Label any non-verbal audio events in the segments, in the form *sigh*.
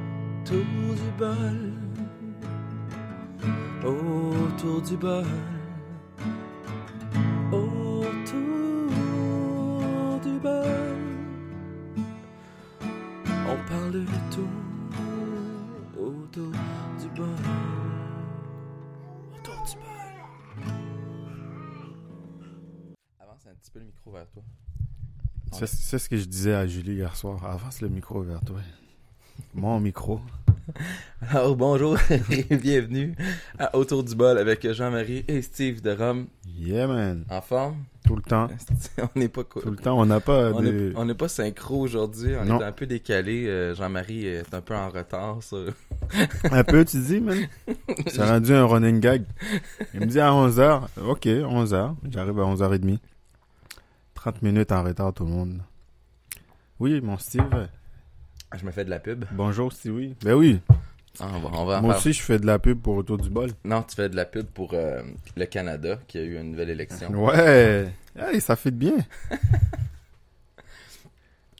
autour du bol, autour du bol, autour du bol. On parle de tout autour du bol, autour du bol. Avance un petit peu le micro vers *laughs* toi. C'est c'est ce que je disais à Julie hier soir. Avance le micro vers toi. Mon micro. Alors, Oh, bonjour *laughs* et bienvenue à Autour du bol avec Jean-Marie et Steve de Rome. Yeah, man. En *laughs* forme? Tout le temps. On n'est pas cool. Tout le temps. On n'a pas On des... n'est on n'est pas synchro aujourd'hui, on Non. est un peu décalé. euh, Jean-Marie est un peu en retard. ça. Un peu, tu dis, man. C'est rendu un running gag. Il me dit à 11h. Ok, 11h. J'arrive à 11h30. 30 minutes en retard, tout le monde. Oui, mon Steve. *laughs* Je me fais de la pub. Bonjour, Steve. oui. Ben oui. Ah, on va, on va en parler. Moi aussi, je fais de la pub pour Autour du bol. Non, tu fais de la pub pour euh, le Canada qui a eu une nouvelle élection. Ouais. Hey, ça fait de bien.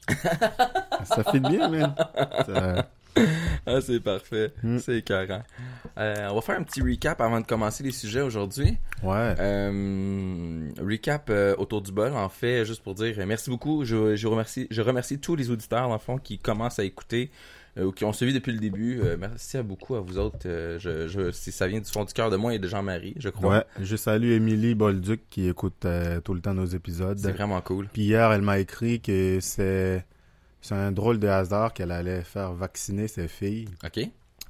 ça fait de bien, man. Ça- Ah, c'est parfait. Mm. C'est écœurant. Euh, on va faire un petit recap avant de commencer les sujets aujourd'hui. Ouais. Euh, recap euh, autour du bol, en fait, juste pour dire euh, merci beaucoup. Je, je remercie, je remercie tous les auditeurs, dans le fond, qui commencent à écouter euh, ou qui ont suivi depuis le début. Euh, merci à beaucoup à vous autres. Euh, je, je, si ça vient du fond du cœur de moi et de Jean-Marie, je crois. Ouais, je salue Émilie Bolduc qui écoute euh, tout le temps nos épisodes. C'est vraiment cool. Puis hier, elle m'a écrit que c'est c'est un drôle de hasard qu'elle allait faire vacciner ses filles. OK?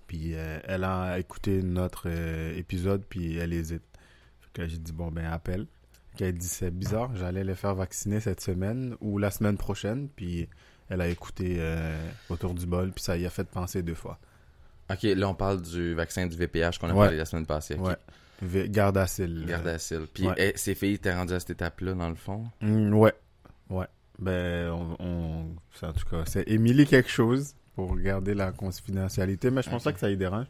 Puis euh, elle a écouté notre euh, épisode, puis elle hésite. Fait que j'ai dit, bon, ben, appelle. Qu'elle dit, c'est bizarre, j'allais les faire vacciner cette semaine ou la semaine prochaine. Puis elle a écouté euh, autour du bol, puis ça y a fait penser deux fois. OK, là, on parle du vaccin du VPH qu'on a Ouais. parlé la semaine passée. OK? Ouais. V- Gardasil. Gardasil. Puis, Ouais. eh, ces filles, t'es rendu à cette étape-là, dans le fond. Mm, ouais. Ouais. Ben, on, on- c'est- en tout cas, c'est Émilie quelque chose pour garder la confidentialité, mais je pense pas que ça y dérange.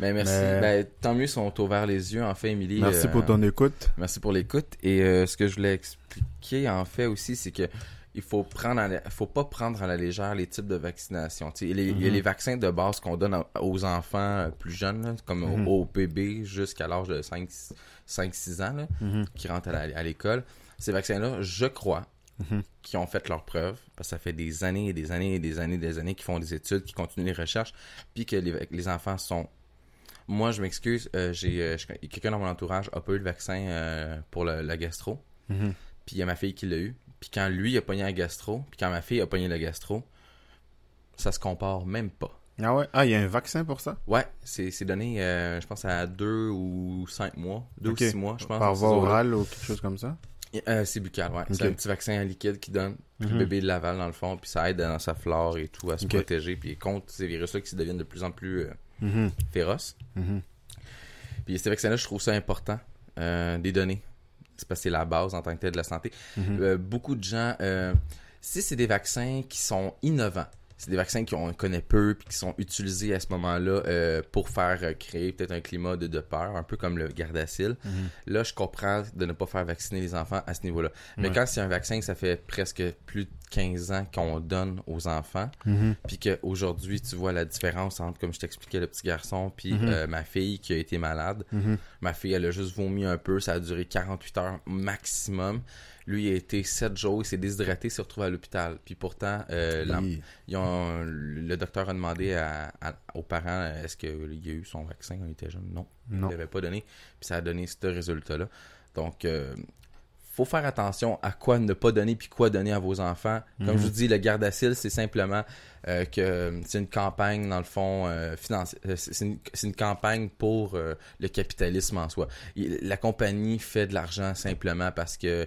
Mais merci. Mais- Ben, tant mieux si on t'a ouvert les yeux. En fait, Émilie. Merci euh, pour ton écoute. Merci pour l'écoute. Et euh, ce que je voulais expliquer en fait aussi, c'est que il faut prendre, à la- faut pas prendre à la légère les types de vaccination. Tu sais, Il y a- Mhm. il y a les vaccins de base qu'on donne à- aux enfants euh, plus jeunes, là, comme au- Mhm. au bébé jusqu'à l'âge de 5-6 ans, là, Mhm. qui rentrent à la- à l'école. Ces vaccins-là, je crois, Mhm. qui ont fait leurs preuves, parce que ça fait des années et des années et des années et des années qu'ils font des études, qu'ils continuent les recherches, puis que les, les enfants sont... Moi, je m'excuse, euh, j'ai euh, je- quelqu'un dans mon entourage a pas eu le vaccin euh, pour le- la gastro, Mhm. puis il y a ma fille qui l'a eu, puis quand lui a pogné la gastro, puis quand ma fille a pogné la gastro, ça se compare même pas. Ah ouais? Ah, il y a un vaccin pour ça? Ouais, c'est c'est donné, euh, je pense, à deux ou cinq mois, deux Ok. ou six mois, je pense. Par dans ces voie eaux-là. orale ou quelque chose comme ça? Euh, c'est buccal, ouais. C'est Ok. un petit vaccin à liquide qui donne. Puis Mhm. Le bébé l'avale dans le fond, puis ça aide dans sa flore et tout à se Ok. protéger, puis contre ces virus-là qui se deviennent de plus en plus euh, Mhm. féroces. Mhm. Puis ces vaccins-là, je trouve ça important, euh, des données. C'est parce que c'est la base en tant que telle de la santé. Mhm. Euh, beaucoup de gens, euh, si c'est des vaccins qui sont innovants, c'est des vaccins qu'on connaît peu puis qui sont utilisés à ce moment-là euh, pour faire euh, créer peut-être un climat de, de peur, un peu comme le Gardasil. Mhm. Là, je comprends de ne pas faire vacciner les enfants à ce niveau-là. Mais Ouais. quand c'est un vaccin que ça fait presque plus de 15 ans qu'on donne aux enfants, Mhm. puis qu'aujourd'hui, tu vois la différence entre, comme je t'expliquais, le petit garçon puis Mhm. euh, ma fille qui a été malade. Mhm. Ma fille, elle a juste vomi un peu. Ça a duré 48 heures maximum. Lui, il a été 7 jours. Il s'est déshydraté. Il s'est retrouvé à l'hôpital. Puis pourtant, euh, l'en- Oui. ils ont- le docteur a demandé à- à- aux parents euh, est-ce qu'il y a eu son vaccin quand il était jeune Non, il Non. ne l'avait pas donné. Puis ça a donné ce résultat-là. Donc, euh, faut faire attention à quoi ne pas donner puis quoi donner à vos enfants. Comme je vous dis, le Gardasil, c'est simplement euh, que c'est une campagne, dans le fond, euh, financi- euh, C'est une, c'est une campagne pour euh, le capitalisme en soi. Il- la compagnie fait de l'argent simplement parce que.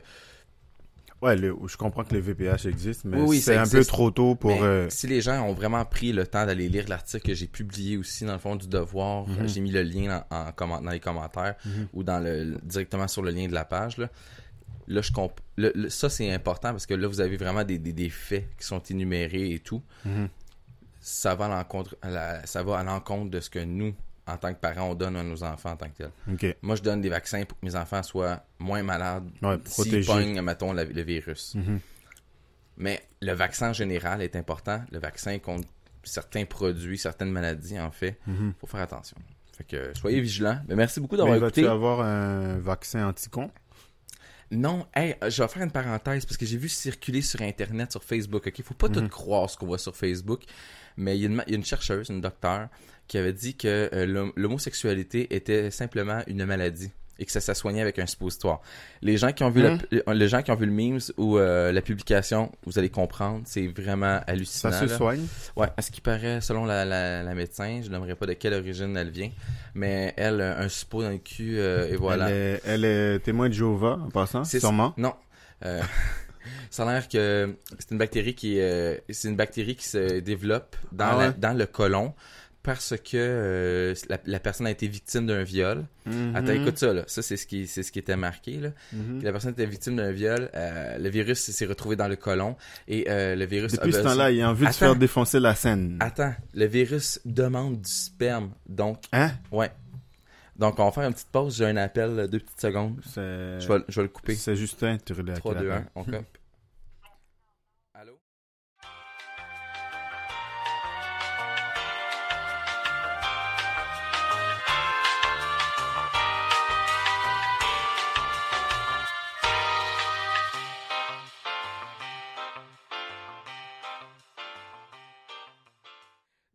Ouais, le- je comprends que le VPH existe, mais Oui, oui, c'est ça un existe. peu trop tôt pour. Mais euh, Si les gens ont vraiment pris le temps d'aller lire l'article que j'ai publié aussi dans le fond du devoir, euh, Mhm. j'ai mis le lien en, en comment- dans les commentaires ou dans le directement sur le lien de la page. Là, Là, je comp- le- le- ça c'est important parce que là vous avez vraiment des, des- des faits qui sont énumérés et tout. Mhm. Ça va à l'encontre, à la- ça va à l'encontre de ce que nous, en tant que parents, on donne à nos enfants en tant que tels. Ok. Moi, je donne des vaccins pour que mes enfants soient moins malades Ouais, s'ils protégé. pognent, mettons, la- le virus. Mhm. Mais le vaccin en général est important. Le vaccin contre certains produits, certaines maladies, en fait. Mhm. faut faire attention. Fait que euh, soyez vigilants. Mais merci beaucoup Mais d'avoir vas-tu écouté. avoir un vaccin anti-con Non, hey, euh, je vais faire une parenthèse parce que j'ai vu circuler sur Internet, sur Facebook. OK, faut pas Mhm. tout croire ce qu'on voit sur Facebook. Mais il y, a une ma- il y a une chercheuse, une docteure, qui avait dit que euh, l'hom- l'homosexualité était simplement une maladie et que ça s'assoignait avec un suppositoire. Les gens qui ont vu, la Mhm. pu- euh, les gens qui ont vu le memes ou euh, la publication, vous allez comprendre, c'est vraiment hallucinant. Ça se là. soigne Ouais, à ce qui paraît, selon la, la, la médecin, je n'aimerais pas de quelle origine elle vient, mais elle, a un suppôt dans le cul, euh, et voilà. elle, est, elle est témoin de Jéhovah, en passant, C'est- sûrement. Non. Euh, *laughs* ça a l'air que c'est une bactérie qui euh, c'est une bactérie qui se développe dans, Ah la- ouais? dans le côlon parce que euh, la, la personne a été victime d'un viol. Mhm. Attends, écoute ça là. Ça c'est ce qui c'est ce qui était marqué là. Mhm. Que la personne était victime d'un viol, euh, le virus s'est retrouvé dans le côlon et euh, le virus Depuis a ce besoin- temps-là, il a envie de se faire Attends. défoncer la scène. Attends, le virus demande du sperme. Donc Hein Ouais. Donc, on va faire une petite pause. J'ai un appel, euh, deux petites secondes. C'est Je vais, je vais le couper. c'est Justin, tu relais à 3, quel 2, appel? 1, on coupe. *laughs* Allô?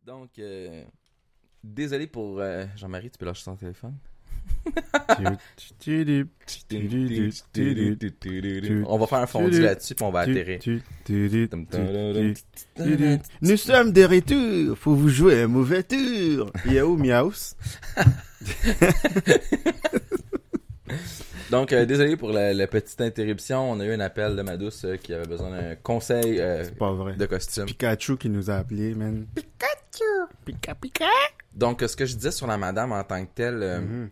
Donc, euh, désolé pour... euh, Jean-Marie, tu peux lâcher ton téléphone? Tu- *laughs* tu- tu- tu- tu- tu- tu- tu- tu- On va faire un fondu là-dessus, puis on va atterrir. tu- tu- tu- Tum, tu- tum, tu- tu- Nous sommes de retour pour vous jouer un mauvais tour. Yahoo Miaus. Donc, euh, désolé pour la, la petite interruption. On a eu un appel de ma douce euh, qui avait besoin d'un conseil euh, C'est pas vrai. de costume. Pikachu qui nous a appelé, man. Donc, euh, ce que je disais sur la madame en tant que telle, euh, Mhm.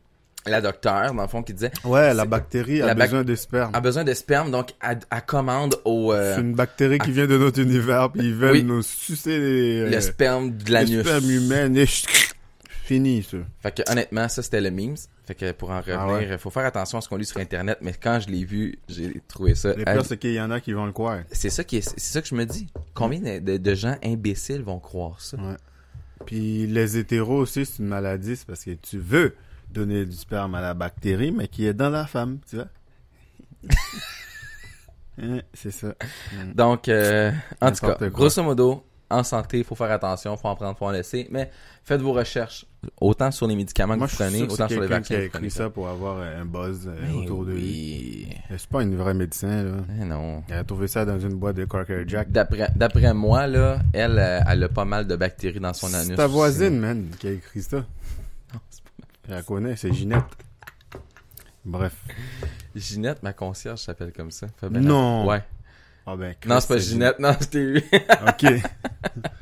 la docteure, dans le fond, qui disait, Ouais, la C'est- bactérie la a bac- Ah, besoin de sperme. a besoin de sperme, donc elle, elle commande au euh, C'est une bactérie qui vient de notre univers, puis ils veulent Oui. nous sucer les, le sperme de l'anus. sperme humain. Et... Fini, ça. Fait que honnêtement, ça c'était le memes. Fait que pour en revenir, Ah ouais. faut faire attention à ce qu'on lit sur internet. Mais quand je l'ai vu, j'ai trouvé ça. Le hallu- pire, c'est qu'il y en a qui vont le croire. C'est ça qui est, c'est ça que je me dis. Combien de, de- de gens imbéciles vont croire ça? Puis les hétéros aussi, c'est une maladie, c'est parce que tu veux donner du sperme à la bactérie, mais qui est dans la femme, *laughs* tu vois. Hein, c'est ça. Donc, euh, en tout cas, N'importe quoi. grosso modo, en santé, il faut faire attention, faut en prendre, faut en laisser. Mais faites vos recherches, autant sur les médicaments Moi, que je vous prenez, suis sûr que c'est autant sur les quelqu'un qui vaccins a que vous prenez. écrit ça pour avoir un buzz euh, Ben autour de lui. oui. Mais C'est pas une vraie médecin, là. Eh non. Il a trouvé ça dans une boîte de Cracker Mm. Jack. D'après, d'après moi, là, elle, euh, elle a pas mal de bactéries dans son anus. C'est ta voisine, man, qui a écrit ça. Je la connais, c'est Ginette. Bref. Ginette, ma concierge, s'appelle comme ça. Fait Non. Ouais. Ah ben, Christ, Non, c'est pas Ginette, non, c'était lui. Ginette.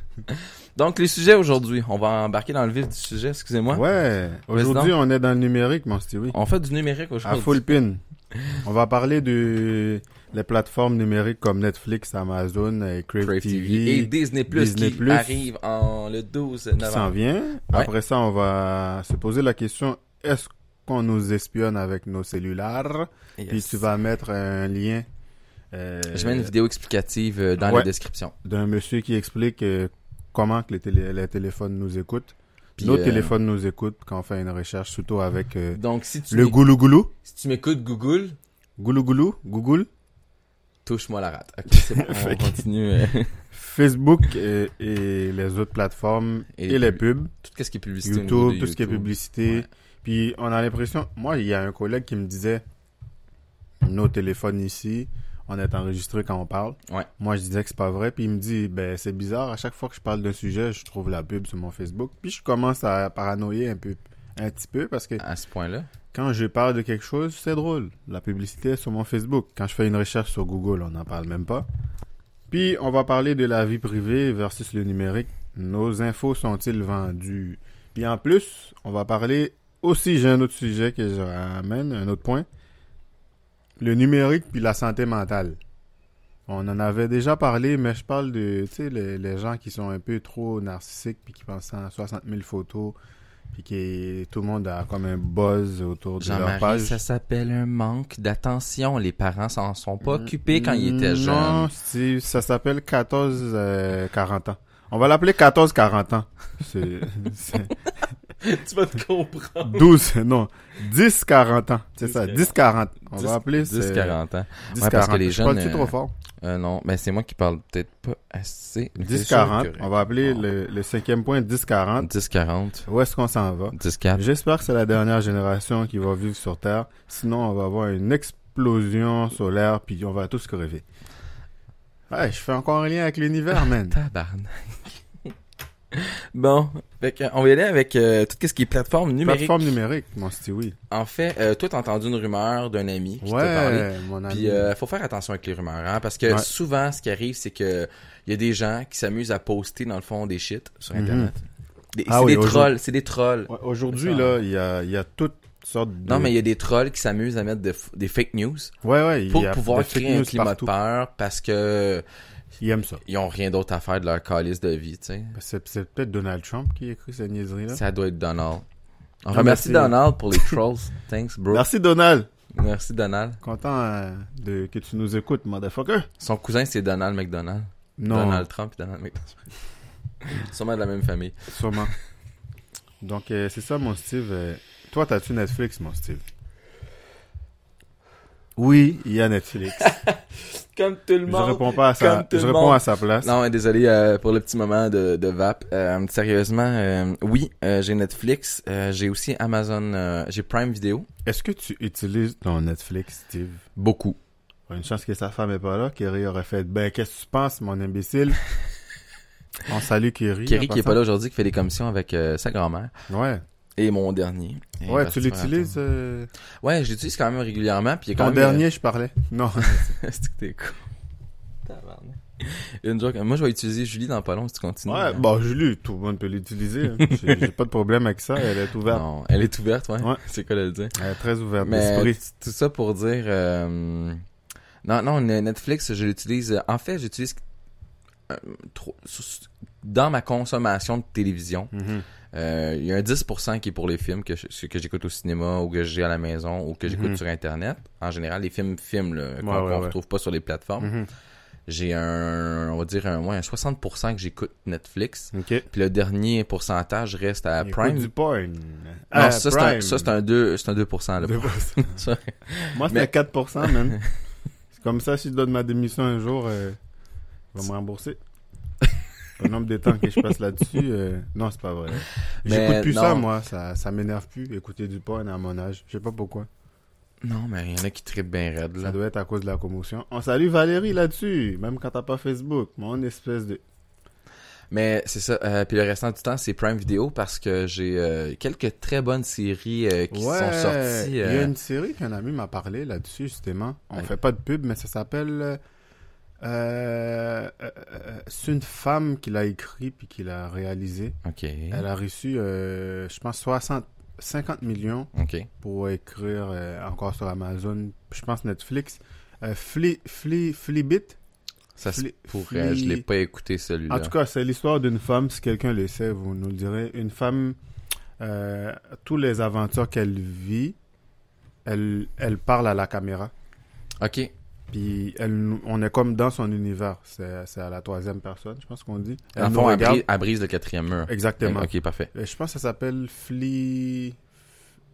*laughs* Donc, les sujets aujourd'hui, on va embarquer dans le vif du sujet, excusez-moi. Ok. Ouais. Aujourd'hui, on est dans le numérique, mon Stewie. On fait du numérique À aujourd'hui. full pin. On va parler de les plateformes numériques comme Netflix, Amazon, et Crave, Crave TV, TV et Disney Plus Disney qui Plus. arrive en le 12 qui s'en novembre. vient. Après ça, on va se poser la question est-ce qu'on nous espionne avec nos cellulaires Yes. Puis tu vas mettre un lien euh, Je mets une vidéo explicative euh, dans Ouais. la description. d'un monsieur qui explique euh, comment que les, télé- les téléphones nous écoutent. Puis, nos euh, téléphones nous écoutent quand on fait une recherche, surtout avec euh, Donc, si tu le m'éc- goulou goulou. si tu m'écoutes Google, Goulou goulou, Google. touche-moi la rate. *laughs* Ok, c'est bon, on Fait que- continue. euh, *laughs* Facebook et, et les autres plateformes Et et, les les pubs, tout ce qui est publicité. au YouTube, niveau de tout ce qui est YouTube. publicité. Ouais. Puis on a l'impression, moi il y a un collègue qui me disait, nos téléphones ici, on est enregistré quand on parle. Ouais. Moi je disais que c'est pas vrai, puis il me dit, ben c'est bizarre, à chaque fois que je parle d'un sujet, je trouve la pub sur mon Facebook, puis je commence à paranoïer un peu, un petit peu, parce que À ce point-là. quand je parle de quelque chose, c'est drôle. La publicité est sur mon Facebook. Quand je fais une recherche sur Google, on n'en parle même pas. Puis, on va parler de la vie privée versus le numérique. Nos infos sont-ils vendues? Puis en plus, on va parler aussi, j'ai un autre sujet que je ramène, un autre point. Le numérique puis la santé mentale. On en avait déjà parlé, mais je parle de, tu sais, les, les gens qui sont un peu trop narcissiques puis qui pensent à 60 000 photos puis qui tout le monde a comme un buzz autour de leur Jean-Marie, page. ça s'appelle un manque d'attention. Les parents s'en sont pas occupés quand ils étaient Mm, Non, jeunes. c'est- ça s'appelle 14-40 euh, ans. On va l'appeler 14-40 ans. C'est c'est tu vas te comprendre. 12, non. 10-40 ans. C'est ça, 10-40. On 10 va appeler 10-40. 10-40 ans. Ouais, parce que les Je parle-tu jeunes, euh, trop fort? Euh, non, mais c'est moi qui parle peut-être pas assez. mais c'est sûr 10-40. que- On va appeler Bon. le, le cinquième point 10-40. 10-40. Où est-ce qu'on s'en va? 10-4. J'espère que c'est la dernière génération qui va vivre sur Terre. Sinon, on va avoir une explosion solaire, puis on va tous crever. Ouais, je fais encore un lien avec l'univers, man. Tabarnak. bon, fait que, euh, on va y aller avec euh, tout ce qui est plateforme numérique. Plateforme numérique, mon Stewie. En fait, euh, toi, t'as entendu une rumeur d'un ami qui t'a parlé. Ouais, mon ami. Puis, euh, faut faire attention avec les rumeurs, hein, parce que Ouais. souvent, ce qui arrive, c'est que il y a des gens qui s'amusent à poster, dans le fond, des shit sur Mhm. Internet. Des- Ah c'est oui, des aujourd'hui- trolls, c'est des trolls. Ouais, Aujourd'hui, là, il y a, il y a toutes sortes de... Non, mais il y a des trolls qui s'amusent à mettre de f- des fake news Ouais, ouais, il pour y a des pouvoir fake créer un news climat partout. de peur parce que Ils aiment ça. ils ont rien d'autre à faire de leur calice de vie, tu sais. C'est c'est peut-être Donald Trump qui a écrit cette niaiserie-là. Ça doit être Donald. On Non, remercie Ah, merci. Donald pour les *laughs* trolls. Thanks, bro. Merci, Donald. Merci, Donald. Content euh, de, que tu nous écoutes, motherfucker. Son cousin, c'est Donald McDonald. Non, Donald Trump et Donald McDonald. *laughs* Sûrement de la même famille. sûrement. Donc, euh, c'est ça, mon Steve. Euh, toi, t'as-tu Netflix, mon Steve? Oui, il y a Netflix. Comme tout le je réponds pas à comme sa, tout je le réponds monde. à sa place. Non, ouais, désolé euh, pour le petit moment de, de vape. Euh, sérieusement, euh, oui, euh, j'ai Netflix. euh, j'ai aussi Amazon. euh, j'ai Prime Video. Est-ce que tu utilises ton Netflix, Steve? Beaucoup. Une chance que sa femme est pas là. Kerry aurait fait, ben, qu'est-ce que tu penses, *laughs* mon imbécile? On salue Kerry. Kerry en qui est pas passant. là aujourd'hui, qui fait des commissions avec euh, sa grand-mère. Ouais. Et mon dernier. Et Ouais, parce tu que vas l'utilises. attendre. euh, Ouais, je l'utilise quand même régulièrement. Puis il y a hein. quand Ton même, euh, dernier, je parlais. *laughs* Non. C'est que t'es con. Une joke. Moi, je vais utiliser Julie dans pas long si tu continues. hein. Ouais, bon, je l'ai, tout le monde peut *laughs* l'utiliser. hein. J'ai j'ai pas de problème avec ça, elle est ouverte. Non, elle est ouverte, ouais. ben. Ouais. C'est quoi le dire? Elle est très ouverte Mais d'esprit. t- tout ça pour dire... euh, Non, non, ne- Netflix, je l'utilise... En fait, j'utilise... euh, trop- Dans ma consommation de télévision, Mhm. euh, il y a un 10% qui est pour les films que je- que j'écoute au cinéma ou que j'ai à la maison ou que j'écoute Mhm. sur Internet. En général, les films films là, qu'on Ouais, ouais, qu'on ouais. retrouve pas sur les plateformes. Mhm. J'ai un, on va dire un, ouais, un 60% que j'écoute Netflix. Ok. Puis le dernier pourcentage reste à Il Prime. écoute du porn. Non, Ah, ça, c'est un, Prime. ça, c'est un 2, c'est un 2%. Là. De base. *laughs* Ça, Moi, c'est Mais- à 4%, *laughs* man. C'est comme ça, si je donne ma démission un jour, euh, ils vont me rembourser. Le nombre de temps que je passe là-dessus, euh, non, c'est pas vrai. Mais J'écoute plus ça, non. moi. Ça, ça m'énerve plus, écouter du porn à mon âge. Je sais pas pourquoi. non, mais il y en a qui trippent bien raide. Ça Là. doit être à cause de la commotion. On salue Valérie là-dessus, même quand t'as pas Facebook. Mon espèce de. Mais c'est ça. euh, puis le restant du temps, c'est Prime Video parce que j'ai euh, quelques très bonnes séries euh, qui sont sorties. Il y a euh, une série qu'un ami m'a parlé là-dessus, justement. On Ouais. fait pas de pub, mais ça s'appelle. euh, euh, euh, euh, c'est une femme qui l'a écrit puis qui l'a réalisé. euh, Ok. Elle a reçu, euh, je pense, 60, 50 millions Ok. pour écrire euh, encore sur Amazon, je pense Netflix. Euh, Fli, Fli, Flibit. Ça se Fli- pourrait. Fli- Je l'ai pas écouté celui-là. En tout cas, c'est l'histoire d'une femme, si quelqu'un le sait, vous nous le direz. Une femme, euh, tous les aventures qu'elle vit, elle, elle parle à la caméra. Ok. Puis elle, nous- on est comme dans son univers. C'est c'est à la troisième personne, je pense qu'on dit. Elle Dans le nous fond, Ah, elle regarde. brise, elle brise le quatrième mur. Exactement. Ok, parfait. Euh, Je pense que ça s'appelle Fli...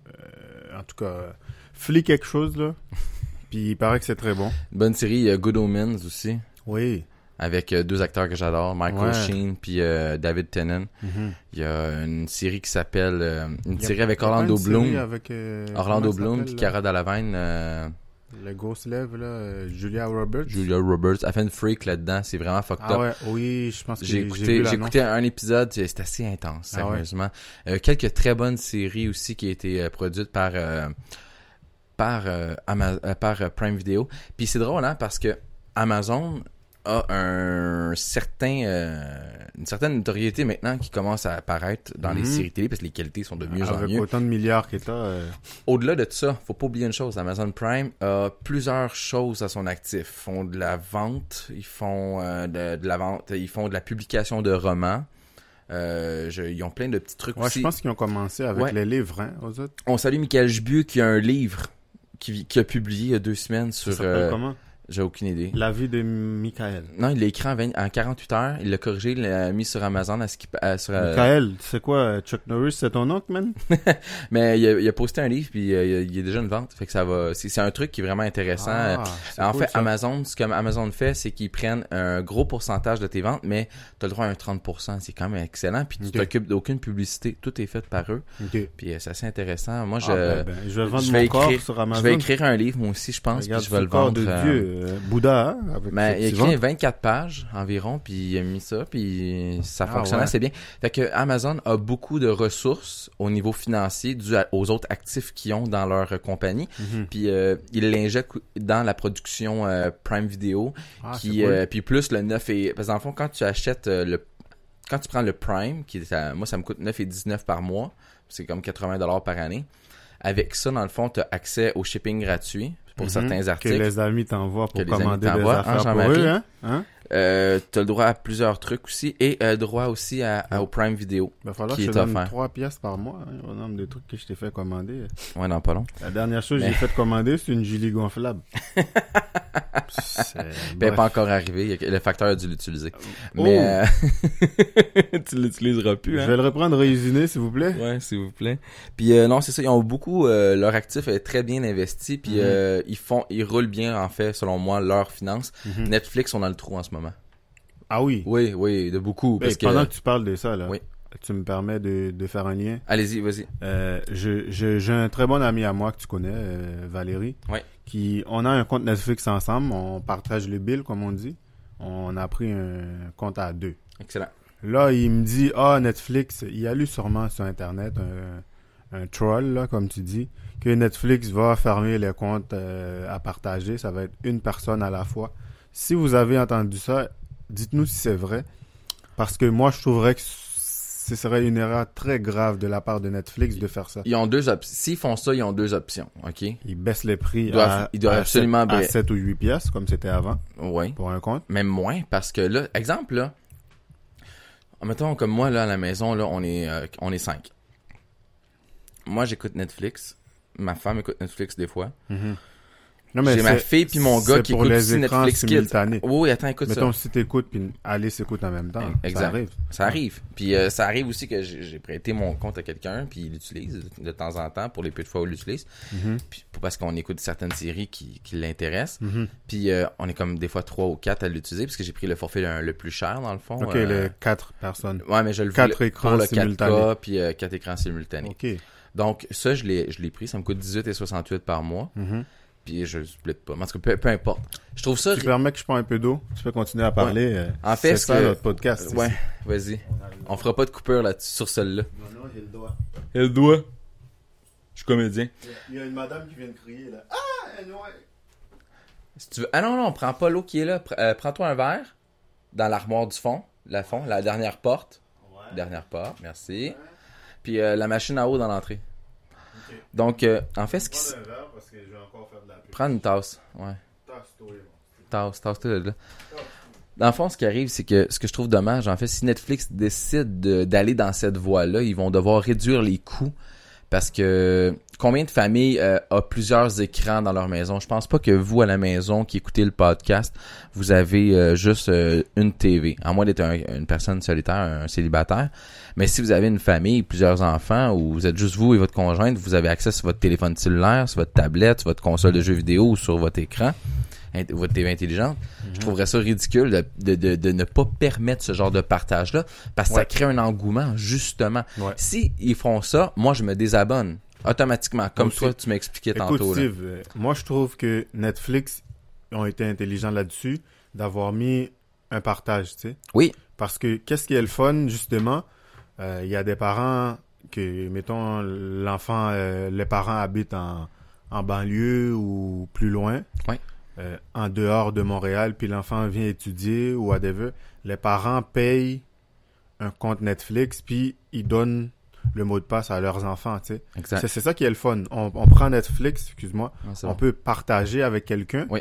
euh, en tout cas, euh, Fli quelque *laughs* chose, là. Puis il paraît que c'est très bon. Bonne série, il y a Good Omens aussi. Oui. avec euh, deux acteurs que j'adore, Michael Ouais. Sheen puis euh, David Tennant. Il y a une série qui s'appelle euh, une Mhm. Il y a- série avec il y a pas Orlando une série Bloom, avec, euh, Orlando comment elle Bloom puis Cara s'appelle, Delevingne, euh, là? Les grosses lèvres, là. euh, Julia Roberts. Julia Roberts, elle fait une freak là-dedans, c'est vraiment fucked Ah up. ouais, oui, je pense que J'ai j'ai écouté, vu j'ai l'annonce. écouté un épisode, c'est c'est assez intense, Ah ouais. sérieusement. Euh, quelques très bonnes séries aussi qui ont été euh, produites par euh, par euh, Ama- euh, par euh, Prime Video. Puis c'est drôle hein, parce que Amazon a un certain euh, une certaine notoriété maintenant qui commence à apparaître dans les Mhm. séries télé parce que les qualités sont de mieux en Avec mieux. autant de milliards que t'as. euh, Au-delà de ça, faut pas oublier une chose, Amazon Prime a plusieurs choses à son actif. Ils font de la vente, ils font euh, de, de la vente, ils font de la publication de romans. Euh, je- ils ont plein de petits trucs Ouais, aussi. je pense qu'ils ont commencé avec Ouais. les livres, hein, aux autres. On salue Michael Jubu qui a un livre qui, qui a publié il y a deux semaines Ça sur s'appelle euh, comment J'ai aucune idée. L'avis de Michael. Non, il l'a écrit en, 20 en 48 heures, il l'a corrigé, il l'a mis sur Amazon à ce qui à- sur, euh, Michael, c'est quoi Chuck Norris, c'est ton oncle, man Mais il a, il a posté un livre puis euh, il y a- il y a déjà une vente. Fait que ça va. C'est c'est un truc qui est vraiment intéressant. Euh, Ah, c'est en cool, fait, ça. Amazon, ce que Amazon fait, c'est qu'ils prennent un gros pourcentage de tes ventes, mais tu as le droit à un 30%. C'est quand même excellent. Puis tu Ok. t'occupes d'aucune publicité. Tout est fait par eux. Ok. Puis euh, c'est assez intéressant. Moi, je, Ah, ben, ben, je vais vendre je mon vais corps écrire- sur je Amazon. vais écrire un livre, moi aussi, je pense, Regarde, puis je vais c'est le vendre. corps de euh, Dieu, euh, Bouddha, hein, avec ben, il a ses petits écrit ventres. 24 pages environ, puis il a mis ça, puis ça Ah fonctionnait ouais. assez bien. Fait que Amazon a beaucoup de ressources au niveau financier dû à- aux autres actifs qu'ils ont dans leur euh, compagnie, Mhm. puis euh, ils l'injectent dans la production euh, Prime Video, Ah, c'est qui, cool. euh, puis plus le 9 et... Parce que dans le fond, quand tu achètes euh, le... Quand tu prends le Prime, qui est à- moi, ça me coûte 9 et 19 par mois, c'est comme 80 dollars par année. Avec ça, dans le fond, tu as accès au shipping gratuit pour Mhm. certains que articles. les amis t'envoient pour Que les amis commander des t'envoient, hein, affaires pour Jean-Marie? eux, hein? hein? Euh, t'as le droit à plusieurs trucs aussi et euh, droit aussi à, à- au Prime Vidéo. Il va falloir Qui que je est te donne offert. 3 pièces par mois, hein, au nombre de trucs que je t'ai fait commander. Ouais, non, pas long. La dernière chose que Mais- j'ai fait commander, c'est une gilet gonflable. *laughs* C'est- Ben, bref. pas encore arrivé. il y a- Le facteur a dû l'utiliser. Oh! Mais euh, *laughs* tu l'utiliseras plus, Je hein? vais le reprendre réusiné, s'il vous plaît. Ouais, s'il vous plaît. Puis euh, non, c'est ça. Ils ont beaucoup. euh, leur actif est très bien investi. Puis Mhm. euh, ils font, ils roulent bien en fait, selon moi, leurs finances. Mhm. Netflix, on dans le trou en ce moment. Ah oui. Oui, oui, de beaucoup. Ben, Parce que... Pendant que tu parles de ça, là, Oui. tu me permets de, de faire un lien. Allez-y, vas-y. Euh, je- je- J'ai un très bon ami à moi que tu connais, euh, Valérie. Oui. Qui, on a un compte Netflix ensemble, on partage le bill, comme on dit. On a pris un compte à deux. Excellent. Là, il me dit, ah, Netflix, il a lu sûrement sur Internet un, un troll, là, comme tu dis, que Netflix va fermer les comptes euh, à partager. Ça va être une personne à la fois. Si vous avez entendu ça, dites-nous si c'est vrai. Parce que moi, je trouverais que ce serait une erreur très grave de la part de Netflix de faire ça. Ils ont deux options. S'ils font ça, ils ont deux options. Ok. Ils baissent les prix Ils doivent- à, ils doivent à sept- absolument à ba- 7 ou 8 pièces, comme c'était avant, Ouais. pour un compte. même moins parce que là exemple là mettons comme moi là à la maison là on est euh, on est cinq moi j'écoute Netflix ma femme écoute Netflix des fois Non, j'ai ma c'est- fille puis mon gars c'est qui pour écoute les aussi écrans Netflix Kids simultanés. oui oui, attends écoute Mettons, ça si t'écoutes, puis Alice écoute en même temps. Exact. Ça arrive. ça arrive puis euh, ça arrive aussi que j'ai j'ai prêté mon compte à quelqu'un puis il l'utilise de temps en temps pour les peu de fois où il l'utilise Mhm. puis parce qu'on écoute certaines séries qui, qui l'intéressent Mhm. puis euh, on est comme des fois trois ou quatre à l'utiliser parce que j'ai pris le forfait le, le plus cher dans le fond Ok, euh, les quatre personnes. Ouais, mais je le Quatre voulais écrans pour le simultanés. 4K puis euh, quatre écrans simultanés. Ok. Donc ça je l'ai je l'ai pris, ça me coûte 18 et 68 par mois, Mhm. puis je le split pas. En tout cas, peu, peu importe. Je trouve ça Tu permets que je prends un peu d'eau Tu peux continuer à parler. euh, En fait, c'est ce ça que- notre podcast. c'est- Ouais, vas-y. On fera pas de coupure là sur celle-là. Non, non, j'ai le doigt. Elle doit. Je suis comédien. Il y a une madame qui vient de crier là. Ah, elle ouais. Si tu veux Ah non non, prends pas l'eau qui est là, Pr- euh, prends-toi un verre dans l'armoire du fond, la fond, la dernière porte. Dernière porte, merci. Puis euh, la machine à eau dans l'entrée. Donc euh, en fait ce qui s- un verre parce que je vais encore faire de la pub. prends une tasse, ouais. Tasse-toi, bon. Tasse, tasse-toi de là. Dans le fond, ce qui arrive, c'est que ce que je trouve dommage, en fait, si Netflix décide de- d'aller dans cette voie-là, ils vont devoir réduire les coûts parce que combien de familles euh, a plusieurs écrans dans leur maison Je pense pas que vous à la maison qui écoutez le podcast, vous avez euh, juste euh, une TV, à moins d'être un- une personne solitaire, un célibataire. Mais si vous avez une famille, plusieurs enfants, ou vous êtes juste vous et votre conjointe, vous avez accès sur votre téléphone cellulaire, sur votre tablette, sur votre console de jeux vidéo ou sur votre écran, int- votre TV intelligente. Mm-hmm. Je trouverais ça ridicule de, de- de- de ne pas permettre ce genre de partage-là parce que Ouais. ça crée un engouement, justement. Ouais. Si ils font ça, moi, je me désabonne automatiquement, comme Aussi. toi, tu m'expliquais tantôt. Écoute, là. Steve, euh, moi je trouve que Netflix ont été intelligents là-dessus d'avoir mis un partage, tu sais. Oui. Parce que qu'est-ce qui est le fun, justement Euh, Il y a des parents que, mettons, l'enfant, euh, les parents habitent en, en banlieue ou plus loin, Ouais. euh, en dehors de Montréal, puis l'enfant vient étudier ou whatever. Les parents payent un compte Netflix, puis ils donnent le mot de passe à leurs enfants, tu sais. Exact. C'est c'est ça qui est le fun. On, on prend Netflix, excuse-moi, Non, c'est on bon. peut partager avec quelqu'un. Oui.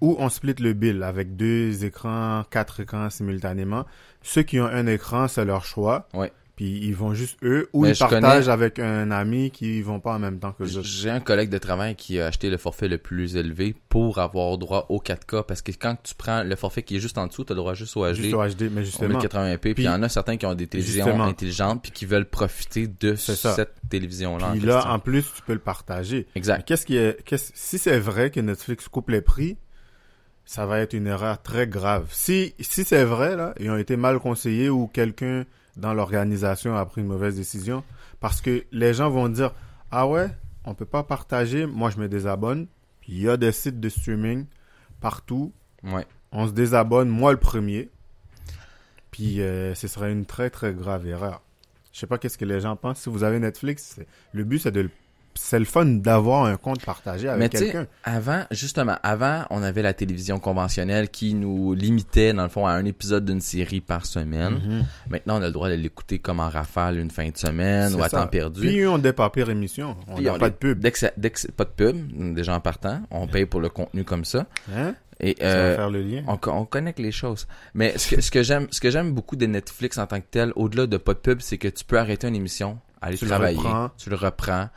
Ou on split le bill avec deux écrans, quatre écrans simultanément. Ceux qui ont un écran, c'est leur choix. Oui. Puis ils vont juste eux ou Mais ils je connais- partagent avec un ami qui vont pas en même temps que les autres. J'ai un collègue de travail qui a acheté le forfait le plus élevé pour avoir droit au 4K parce que quand tu prends le forfait qui est juste en dessous, tu as droit juste au HD. Juste au HD, mais au justement, 1080p, puis il y en a certains qui ont des télévisions Justement. intelligentes puis qui veulent profiter de C'est ça. cette télévision-là. en puis là, question. en plus, tu peux le partager. Mais Exact. Qu'est-ce qui est, qu'est-ce- si c'est vrai que Netflix coupe les prix, ça va être une erreur très grave. Si, si c'est vrai, là, ils ont été mal conseillés ou quelqu'un dans l'organisation a pris une mauvaise décision, parce que les gens vont dire, ah ouais, on peut pas partager, moi je me désabonne. Il y a des sites de streaming partout, Ouais. on se désabonne, moi le premier. Puis euh, ce serait une très très grave erreur. Je sais pas qu'est-ce que les gens pensent. Si vous avez Netflix, c'est- le but c'est de le- c'est le fun d'avoir un compte partagé Mais avec tu sais, quelqu'un. Avant, justement, avant, on avait la télévision conventionnelle qui nous limitait, dans le fond, à un épisode d'une série par semaine. Mhm. Maintenant, on a le droit de l'écouter comme en rafale une fin de semaine C'est ou à ça. temps perdu. Puis eux, on des pas pire émission. On Puis n'a on pas les- de pub. Dès que, ça- dès que c'est pas de pub, déjà en partant, on paye pour le contenu comme ça. Hein? Et Ça va euh, faire le lien. on, co- on connecte les choses. Mais ce que, ce que j'aime, ce que j'aime beaucoup de Netflix en tant que tel, au-delà de pas de pub, c'est que tu peux arrêter une émission, aller Tu le travailler, reprends. tu le reprends,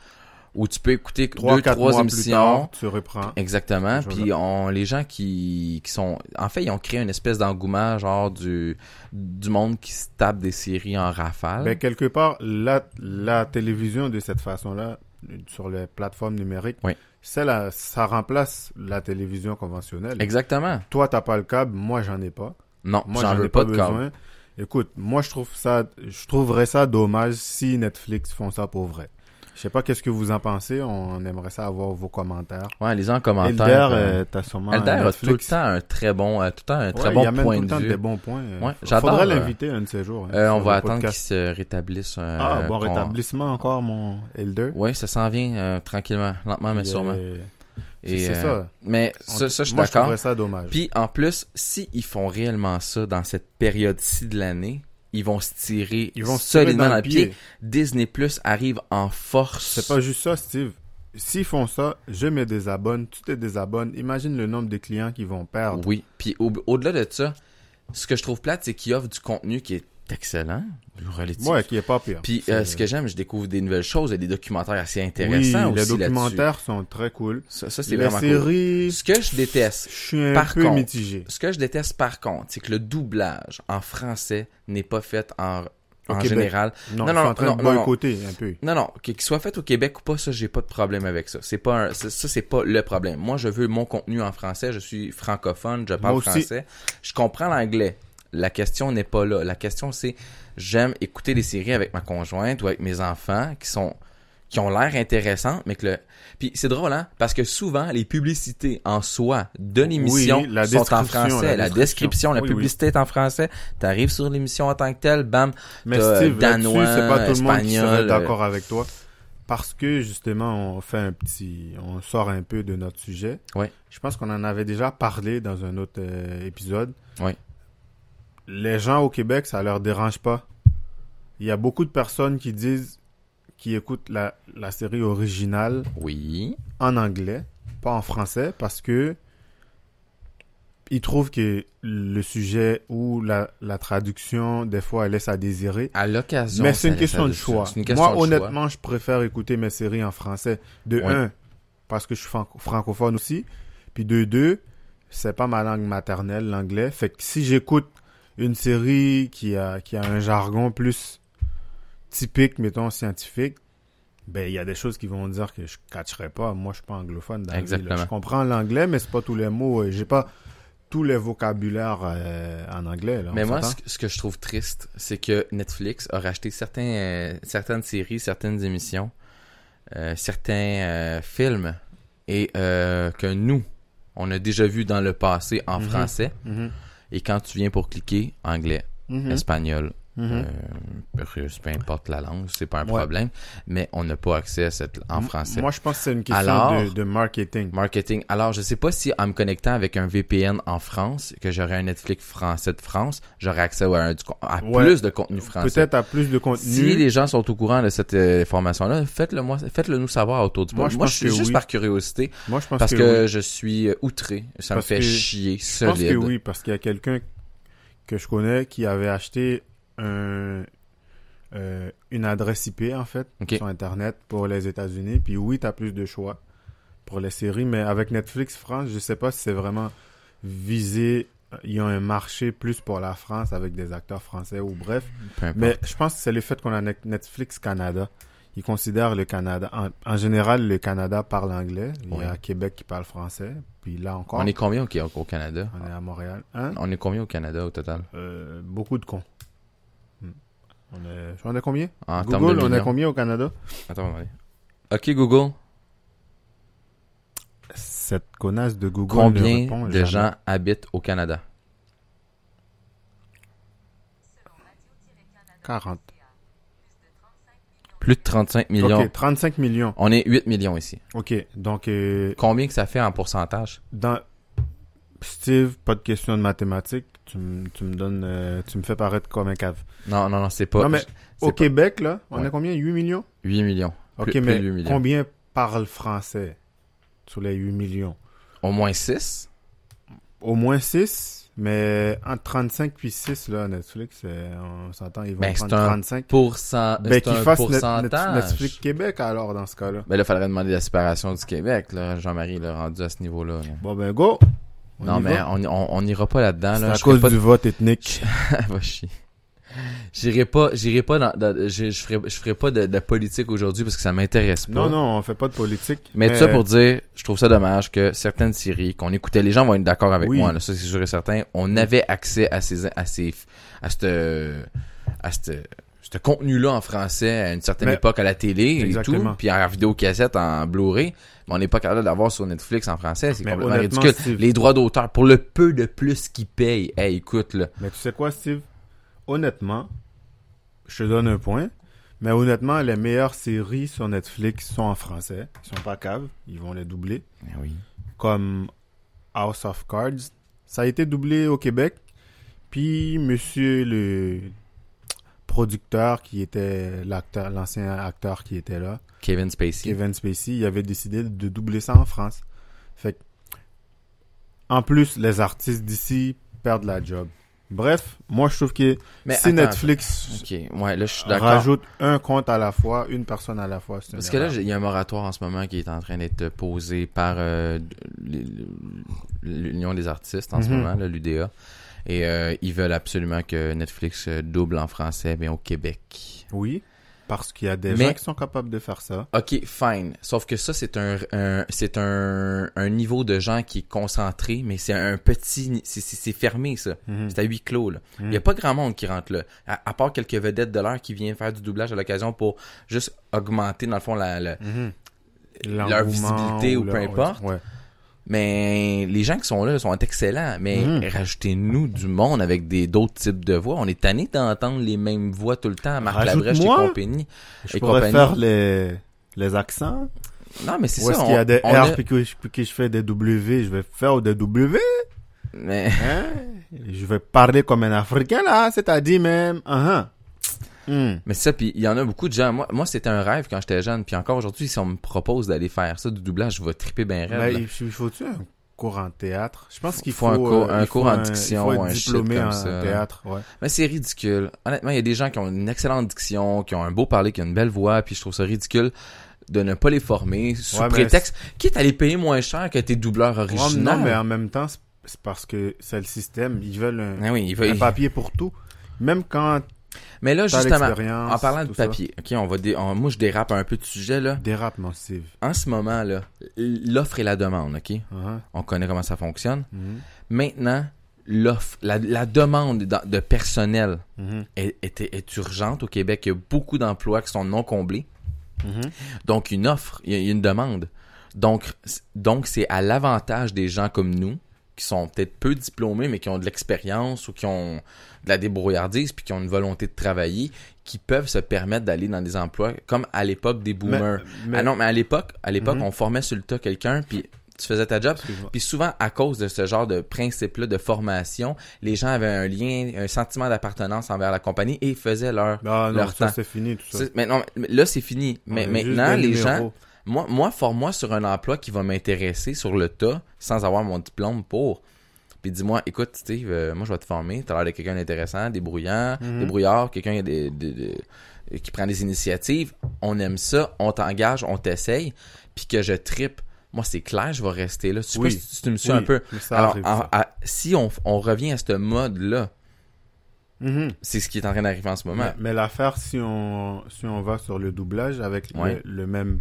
ou tu peux écouter Trois, deux, quatre trois mois plus émissions. tard, tu reprends. Exactement. Je Puis on, les gens qui, qui sont, en fait, ils ont créé une espèce d'engouement genre du du monde qui se tape des séries en rafale. Ben, quelque part, la, la télévision de cette façon-là, sur les plateformes numériques, Oui. c'est la- ça remplace la télévision conventionnelle. Exactement. Toi, t'as pas le câble, moi, j'en ai pas. Non, Moi, j'en veux pas, de câble. besoin. Écoute, moi, je trouve ça, je trouverais ça dommage si Netflix font ça pour vrai. Je sais pas qu'est-ce que vous en pensez. On aimerait ça avoir vos commentaires. Ouais, les en commentaire. Elder, euh, euh, t'as sûrement un Elder a tout le Netflix. temps un très bon, euh, tout le temps un très Ouais, il bon amène point tout le de temps vue. des bons points. euh. Ouais, j'adore, Faudrait euh, l'inviter un de ces jours. hein, Euh, sur on le va attendre qu'il podcast. se rétablisse. euh, Ah, bon qu'on- rétablissement encore, mon Elder. Ouais, ça s'en vient euh, tranquillement, lentement mais Puis, sûrement. euh, Et, c'est euh, ça. Mais On- ça, ça, je suis moi, je d'accord. trouverais ça dommage. Puis en plus, si ils font réellement ça dans cette période-ci de l'année, ils vont se tirer Ils vont se tirer solidement dans le pied. Disney Plus arrive en force. C'est pas juste ça, Steve. S'ils font ça, je me désabonne, tu te désabonnes. Imagine le nombre de clients qu'ils vont perdre. Oui. Puis au- au-delà de ça, ce que je trouve plate, c'est qu'ils offrent du contenu qui est excellent, relatif. Moi, qui est pas pire. Puis C'est- euh, ce que j'aime, je découvre des nouvelles choses et des documentaires assez oui, intéressants les aussi là-dessus. documentaires sont très cool. Ça, ça c'est Les vraiment cool. séries, Ce que je déteste, je suis un Par peu contre, mitigé. ce que je déteste par contre, c'est que le doublage en français n'est pas fait en, Au en Québec. général. non, Non, je suis non, en train non, de non, non. boycotter un peu. Non, non, que- qu'il soit fait au Québec ou pas, ça j'ai pas de problème avec ça. C'est pas un- ça, ça, c'est pas le problème. Moi je veux mon contenu en français, je suis francophone, je parle Moi aussi. français, je comprends l'anglais. La question n'est pas là. La question c'est j'aime écouter des séries avec ma conjointe ou avec mes enfants qui sont qui ont l'air intéressantes, mais que le puis c'est drôle hein parce que souvent les publicités en soi de l'émission Oui, la sont en français, la description, la description, la, description. Oui, oui. publicité est en français. T'arrives sur l'émission en tant que telle, bam, Mais T'as Steve, là-dessus, danois, c'est pas tout le monde qui espagnol, serait euh, d'accord avec toi. Parce que, justement, on fait un petit... On sort un peu de notre sujet. Ouais. Je pense qu'on en avait déjà parlé dans un autre euh, épisode. Ouais. Les gens au Québec, ça leur dérange pas. Il y a beaucoup de personnes qui disent... Qui écoutent la, la série originale oui, en anglais, pas en français, parce que... Ils trouvent que le sujet ou la, la traduction, des fois, elle laisse à désirer. à l'occasion. Mais c'est ça une question de laisse à- choix. c'est une question Moi, de choix. honnêtement, je préfère écouter mes séries en français. De Ouais. un, parce que je suis franco- francophone aussi. Puis de deux, c'est pas ma langue maternelle, l'anglais. Fait que si j'écoute une série qui a, qui a un jargon plus typique, mettons, scientifique, ben, il y a des choses qui vont dire que je catcherai pas. Moi, je suis pas anglophone. Dans la vie, là. Exactement. je comprends l'anglais, mais c'est pas tous les mots. euh, J'ai pas tous les vocabulaires euh, en anglais. là, on Mais moi, s'entend? ce, que- ce que je trouve triste, c'est que Netflix a racheté certains, euh, certaines séries, certaines émissions, euh, certains euh, films, et euh, que nous, on a déjà vu dans le passé en Mhm. français. Mhm. Et quand tu viens pour cliquer, anglais, Mhm. espagnol, Mhm. euh, russe, peu importe la langue, c'est pas un Ouais. problème, mais on n'a pas accès à cette en M- français. Moi, je pense que c'est une question Alors- de, de marketing. Marketing. Alors, je sais pas si en me connectant avec un VPN en France, que j'aurais un Netflix français de France, j'aurais accès à, un du con- à Ouais. plus de contenu français. Peut-être à plus de contenu. Si les gens sont au courant de cette euh, formation-là, faites-le moi, faites-le nous savoir autour du Moi, podcast. je Moi, pense je suis que juste oui. par curiosité, Moi, je pense parce que, que, oui. je suis euh, outré. Ça Parce me fait que- chier Je pense solide. que oui, parce qu'il y a quelqu'un que je connais qui avait acheté un, euh, une adresse IP, en fait, Ok. sur Internet pour les États-Unis. Puis oui, tu as plus de choix pour les séries, mais avec Netflix France, je sais pas si c'est vraiment visé. Il y a un marché plus pour la France avec des acteurs français ou bref. Peu importe. Mais je pense que c'est le fait qu'on a Net- Netflix Canada. Ils considèrent le Canada. En, en général, le Canada parle anglais. Il y a Ouais. Québec qui parle français. Puis là encore, On est combien au, au Canada? on est à Montréal. Hein? On est combien au Canada au total? Euh, beaucoup de cons. Hmm. On est, on est combien En termes Google, de on est millions? combien au Canada Attends, attendez. Ok Google, Cette connasse de Google. ne combien répond de jamais. gens habitent au Canada? 40. Plus de 35 millions. Ok, 35 millions. On est 8 millions ici. Ok, donc euh, Combien que ça fait en pourcentage? dans Steve, pas de question de mathématiques. Tu me tu me donnes, euh, tu me fais paraître comme un cave. Non, non, non, c'est pas, Non, mais c'est Au pas Québec, là, on Ouais. a combien 8 millions 8 millions. Plus- Ok, plus mais de 8 millions. combien parlent français sur les 8 millions Au moins 6? Au moins 6, mais entre 35 puis 6, là, Netflix, euh, on s'entend, ils vont Ben, prendre c'est un 35. Pourcent... Ben, c'est qu'ils un fassent Net- Net- pourcentage. Netflix Québec, alors, dans ce cas-là. Mais Ben là, il faudrait demander la séparation du Québec. là. Jean-Marie l'a rendu à ce niveau-là. là. Bon, ben, go On Non, y mais va. on on- on n'ira pas là-dedans. C'est là. à Je ferai cause pas du vote ethnique. *laughs* Va chier. J'irai pas, j'irai pas dans, dans- je, je ferai, je ferai pas de, de politique aujourd'hui parce que ça m'intéresse pas. Non, non, on fait pas de politique. Mais tout ça pour dire, je trouve ça dommage que certaines séries qu'on écoutait, les gens vont être d'accord avec Oui. moi, là, ça c'est sûr et certain, on avait accès à ces, à ces, à ce, à ce, ce contenu-là en français à une certaine Mais- époque à la télé et Exactement. tout, puis en vidéocassette, en Blu-ray, mais on n'est pas capable d'avoir sur Netflix en français, c'est Mais complètement honnêtement, ridicule. Steve- Les droits d'auteur, pour le peu de plus qu'ils payent, hey, écoute, là, Mais tu sais quoi, Steve? Honnêtement, je te donne un point. Mais honnêtement, les meilleures séries sur Netflix sont en français. Ils sont pas caves. Ils vont les doubler. Eh oui. Comme House of Cards. Ça a été doublé au Québec. Puis, monsieur le producteur qui était l'acteur, l'ancien acteur qui était là, Kevin Spacey. Kevin Spacey, il avait décidé de doubler ça en France. Fait que, en plus, les artistes d'ici perdent la job. Bref, moi je trouve que Mais si attends, Netflix Ok, ouais, là je suis d'accord. rajoute un compte à la fois, une personne à la fois, c'est une Parce que là, erreur. j'ai- il y a un moratoire en ce moment qui est en train d'être posé par euh, l- l'Union des artistes en ce Mhm. moment, là, l'UDA. Et euh, ils veulent absolument que Netflix euh, double en français, mais au Québec. oui, parce qu'il y a des Mais- gens qui sont capables de faire ça. Ok, fine. Sauf que ça, c'est un, un- c'est un, un niveau de gens qui est concentré, mais c'est un petit, ni- c'est- c'est c'est fermé ça. Mhm. C'est à huis clos, là. Il n'y a pas grand monde qui rentre là. À, à part quelques vedettes de l'heure qui viennent faire du doublage à l'occasion pour juste augmenter, dans le fond, la, la- Mhm. leur L'engouement visibilité ou le- peu importe. ouais. Mais les gens qui sont là sont excellents. Mais Mhm. rajoutez-nous du monde avec des d'autres types de voix. On est tanné d'entendre les mêmes voix tout le temps. Marc Rajoute-moi. Labrèche et compagnie. Je Et compagnie. pourrais faire les, les accents. Non, mais c'est Ou ça. est-ce qu'il y a des on a- R puis que, je- puis que je fais des W, je vais faire des W. Mais- Hein? Je vais parler comme un Africain là, c'est-à-dire même. uh-huh. Hmm. Mais c'est ça, puis il y en a beaucoup de gens. Moi, moi c'était un rêve quand j'étais jeune. Puis encore aujourd'hui, si on me propose d'aller faire ça du doublage, je vais triper bien Mais rêve. là. Ben, il il faut-tu un cours en théâtre Je pense qu'il Faut faut, un cours- euh, un il cours faut en diction, il faut être un shit diplômé comme en ça, là. théâtre. Ouais. Mais c'est ridicule. Honnêtement, il y a des gens qui ont une excellente diction, qui ont un beau parler, qui ont une belle voix, puis je trouve ça ridicule de ne pas les former sous Ouais, mais prétexte quitte à les payer moins cher que tes doubleurs Ouais, mais originaux. non, mais en même temps, c'est- c'est parce que c'est le système. Ils veulent un, Ah oui, il va- un papier pour tout, même quand Mais là, t'as justement, l'expérience. en parlant de tout ça. papier, ok, on va dé- on- moi je dérape un peu de sujet là. Dérape massive. En ce moment là, l'offre et la demande, ok, Uh-huh. on connaît comment ça fonctionne. Mhm. Maintenant, l'offre, la, la demande d'en- de personnel Mhm. est, est- est urgente au Québec. Il y a beaucoup d'emplois qui sont non comblés. Mhm. Donc une offre, il y a- il y a une demande. Donc c'est- donc c'est à l'avantage des gens comme nous qui sont peut-être peu diplômés mais qui ont de l'expérience ou qui ont de la débrouillardise puis qui ont une volonté de travailler qui peuvent se permettre d'aller dans des emplois comme à l'époque des Mais- boomers. mais- Ah non, mais à l'époque, à l'époque Mhm. on formait sur le tas quelqu'un puis tu faisais ta job excuse-moi. puis souvent, à cause de ce genre de principe-là de formation, les gens avaient un lien, un sentiment d'appartenance envers la compagnie et faisaient leur... Ah non, leur ça temps. c'est fini tout ça. C'est- Mais non, mais là, c'est fini. Mais On a juste maintenant, des les numéros. gens... Moi, moi forme-moi sur un emploi qui va m'intéresser sur le tas sans avoir mon diplôme pour. puis dis-moi, écoute, Steve, euh, moi je vais te former, t'as l'air de quelqu'un d'intéressant, débrouillant, Mhm. débrouillard, quelqu'un de- de- de- qui prend des initiatives, on aime ça, on t'engage, on t'essaye, puis que je tripe, moi c'est clair, je vais rester là. Tu, sais pas Oui. si tu- si tu me suis Oui, un peu. mais ça Alors, arrive, en- ça. à- si on, on revient à ce mode-là, ah, Mhm. c'est ce qui est en train d'arriver en ce moment. Mais, mais l'affaire, si on, si on va sur le doublage avec le- Ouais. le, même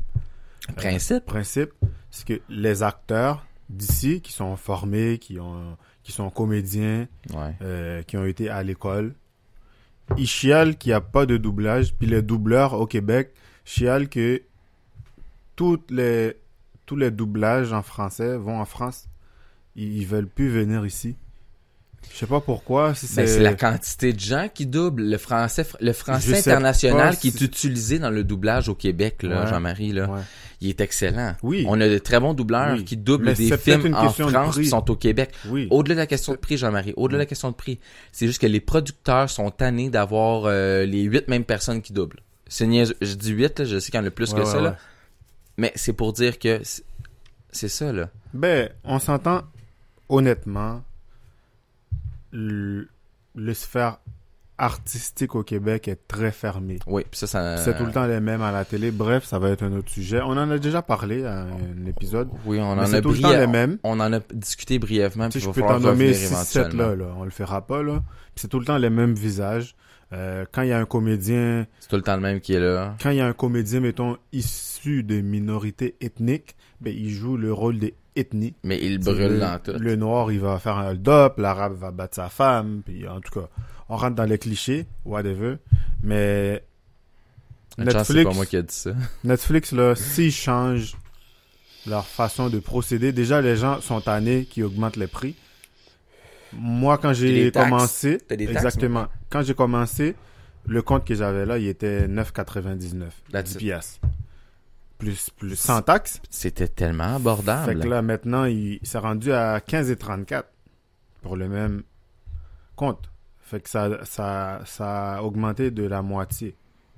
Principe. principe, c'est que les acteurs d'ici qui sont formés, qui, ont, qui sont comédiens, Ouais. euh, qui ont été à l'école, ils chialent qu'il n'y a pas de doublage. Puis les doubleurs au Québec chialent que toutes les, tous les doublages en français vont en France. Ils, ils veulent plus venir ici. Je sais pas pourquoi. Si Ben, c'est- c'est la quantité de gens qui doublent. Le français, fr- le français Je sais international pas qui est si- utilisé dans le doublage au Québec, là, Ouais. Jean-Marie, là, Ouais. il est excellent. Oui. On a de très bons doubleurs Oui. qui doublent Mais des c'est peut-être films une en question de France prix. qui sont au Québec. Oui. Au-delà de la question de prix, Jean-Marie, au-delà de la question de prix, c'est juste que les producteurs sont tannés d'avoir euh, les huit mêmes personnes qui doublent. C'est niaiseux. Je dis huit, là, je sais qu'il y en a plus Ouais, que ça, ouais, là. ouais. mais c'est pour dire que c'est- c'est ça, là. Ben, on s'entend honnêtement, le, le sphère artistique au Québec est très fermée. Oui, puis ça, ça... C'est tout le temps les mêmes à la télé. Bref, ça va être un autre sujet. On en a déjà parlé à un épisode. Oui, on Mais en c'est a tout le temps bri- les mêmes. On en a discuté brièvement, puis Tu sais, il je va peux falloir t'en nommer revenir 6-7 éventuellement. là, là. On le fera pas, là. Puis C'est tout le temps les mêmes visages. Euh, quand il y a un comédien, C'est tout le temps le même qui est là. quand il y a un comédien, mettons, issu de minorités ethniques, ben, il joue le rôle des ethnies. Mais il brûle le, dans tout. le noir, il va faire un hold-up, l'arabe va battre sa femme, puis en tout cas, on rentre dans les clichés, whatever. Mais Une chance, c'est pas Netflix, moi qui ai dit ça. Netflix, là, s'ils changent leur façon de procéder, déjà les gens sont tannés qui augmentent les prix. Moi, quand Puis les j'ai taxes. commencé, T'as des taxes exactement, quand j'ai commencé, le compte que j'avais là, il était 9,99, That's 10 it. piastres. Plus, plus, sans taxes. C'était tellement Fait que abordable. là, maintenant, il s'est rendu à 15,34 pour le même compte. Fait que ça, ça, ça a augmenté de la moitié,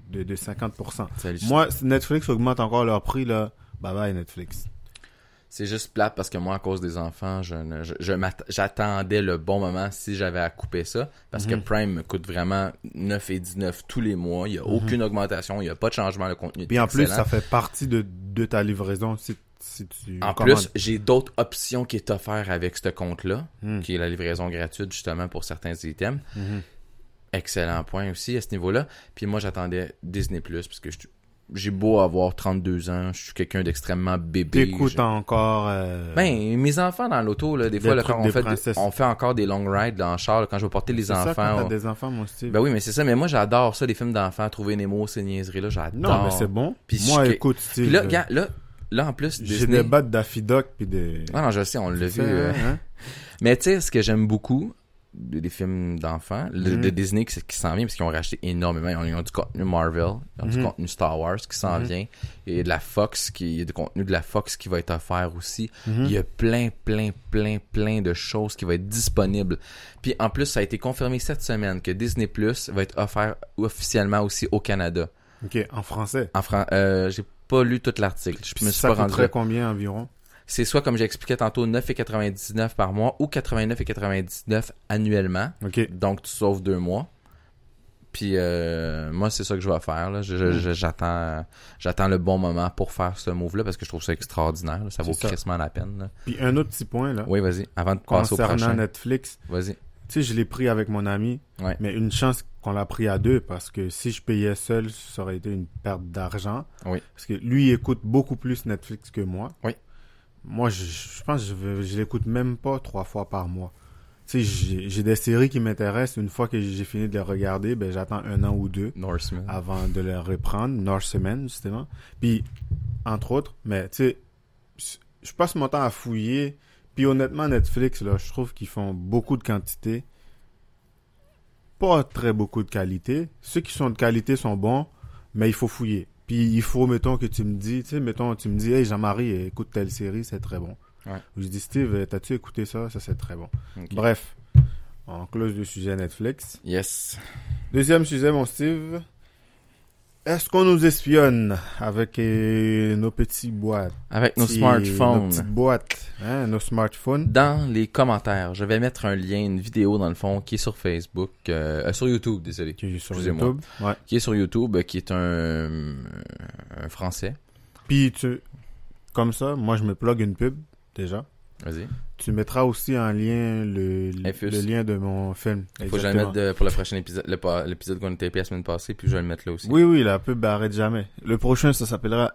de, de 50%. C'est juste- Moi, si Netflix augmente encore leur prix, là, bye bye Netflix. C'est juste plate parce que moi, à cause des enfants, je ne- je- je m'att- j'attendais le bon moment si j'avais à couper ça. Parce Mhm. que Prime me coûte vraiment 9 et 19 tous les mois. Il n'y a aucune augmentation. Il n'y a pas de hein. changement. Le contenu est Mhm. Puis en plus, excellent. ça fait partie de, de ta livraison si, si tu En commandes. plus, j'ai d'autres options qui est offerte avec ce compte-là, Mm. qui est la livraison gratuite justement pour certains items. Mhm. Excellent point aussi à ce niveau-là. Puis moi, j'attendais Disney Plus parce que je- j'ai beau avoir 32 ans, je suis quelqu'un d'extrêmement bébé. T'écoutes Je- encore... euh, Ben, mes enfants dans l'auto, là, des fois, là, trucs quand on des fait, princesses. on fait encore des long rides dans le char, là, quand je vais porter les c'est ça, quand enfants. t'as on- des enfants, mon Steve. Ben oui, mais c'est ça. Mais moi, j'adore ça, les films d'enfants, trouver Nemo, ces niaiseries-là, j'adore. non, mais c'est bon. Puis Moi, je- écoute, Steve, Puis là, euh, gars, là, là, en plus, j'ai Disney... des bottes d'Affy Doc, puis des... Ah non, je sais, on l'a vu. Ça, euh, hein? Mais tu sais, ce que j'aime beaucoup de- des films d'enfants, le- Mhm. de Disney qui, qui s'en vient, parce qu'ils ont racheté énormément. Ils ont, ils ont du contenu Marvel, ils ont du Mhm. contenu Star Wars qui s'en Mm-hmm. vient, et de la Fox, qui, il y a du contenu de la Fox qui va être offert aussi. Mm-hmm. Il y a plein, plein, plein, plein de choses qui vont être disponibles. Puis en plus, ça a été confirmé cette semaine que Disney Plus va être offert officiellement aussi au Canada. Ok, en français. En France, j'ai pas lu tout l'article. Je me suis ça pas rendu coûterait là. combien environ C'est soit, comme j'expliquais tantôt, 9,99 par mois ou 89,99 annuellement. Ok. Donc, tu sauves deux mois. Puis, euh, moi, c'est ça que je vais faire. là. Je- je- je- J'attends j'attends le bon moment pour faire ce move-là parce que je trouve ça extraordinaire. là. Ça vaut C'est ça. crissement la peine. là. Puis un autre petit point là, Oui, vas-y. Avant de passer au concernant prochain. Netflix, Vas-y. tu sais, je l'ai pris avec mon ami, Ouais. mais une chance qu'on l'a pris à deux parce que si je payais seul, ça aurait été une perte d'argent. Oui. Parce que lui il écoute beaucoup plus Netflix que moi. Oui. Moi, je, je pense que je, vais- je l'écoute même pas trois fois par mois. Tu sais, j'ai j'ai des séries qui m'intéressent. Une fois que j'ai fini de les regarder, ben j'attends un an ou deux. Norseman. avant de le reprendre, Norseman, justement. Puis, entre autres, mais tu sais, je passe mon temps à fouiller. Puis honnêtement, Netflix, là, je trouve qu'ils font beaucoup de quantité. Pas très beaucoup de qualité. Ceux qui sont de qualité sont bons, mais il faut fouiller. Puis il faut, mettons, que tu me dis, tu sais, mettons, tu me dis, hey Jean-Marie, écoute telle série, c'est très bon. Ouais. Ou je dis, Steve, t'as-tu écouté ça? Ça, c'est très bon. Ok. Bref, on close le sujet Netflix. Yes. Deuxième sujet, mon Steve. Est-ce qu'on nous espionne avec euh, nos petits boîtes Avec nos petits- Nos smartphones. petites boîtes, hein, nos smartphones. Dans les commentaires, je vais mettre un lien, une vidéo dans le fond qui est sur Facebook, euh, euh, sur YouTube, désolé, Que j'ai sur Excusez-moi. YouTube. Ouais. qui est sur YouTube, euh, qui est un, un français. Puis tu, comme ça, moi je me plug une pub déjà. Vas-y. Tu mettras aussi en lien le, Infus. le lien de mon film. Il faut que je le Exactement. mette de- pour le prochain épisode, le pa- l'épisode qu'on était payé la semaine passée, puis je vais le mettre là aussi. Oui, oui, la pub arrête jamais. Le prochain, ça s'appellera.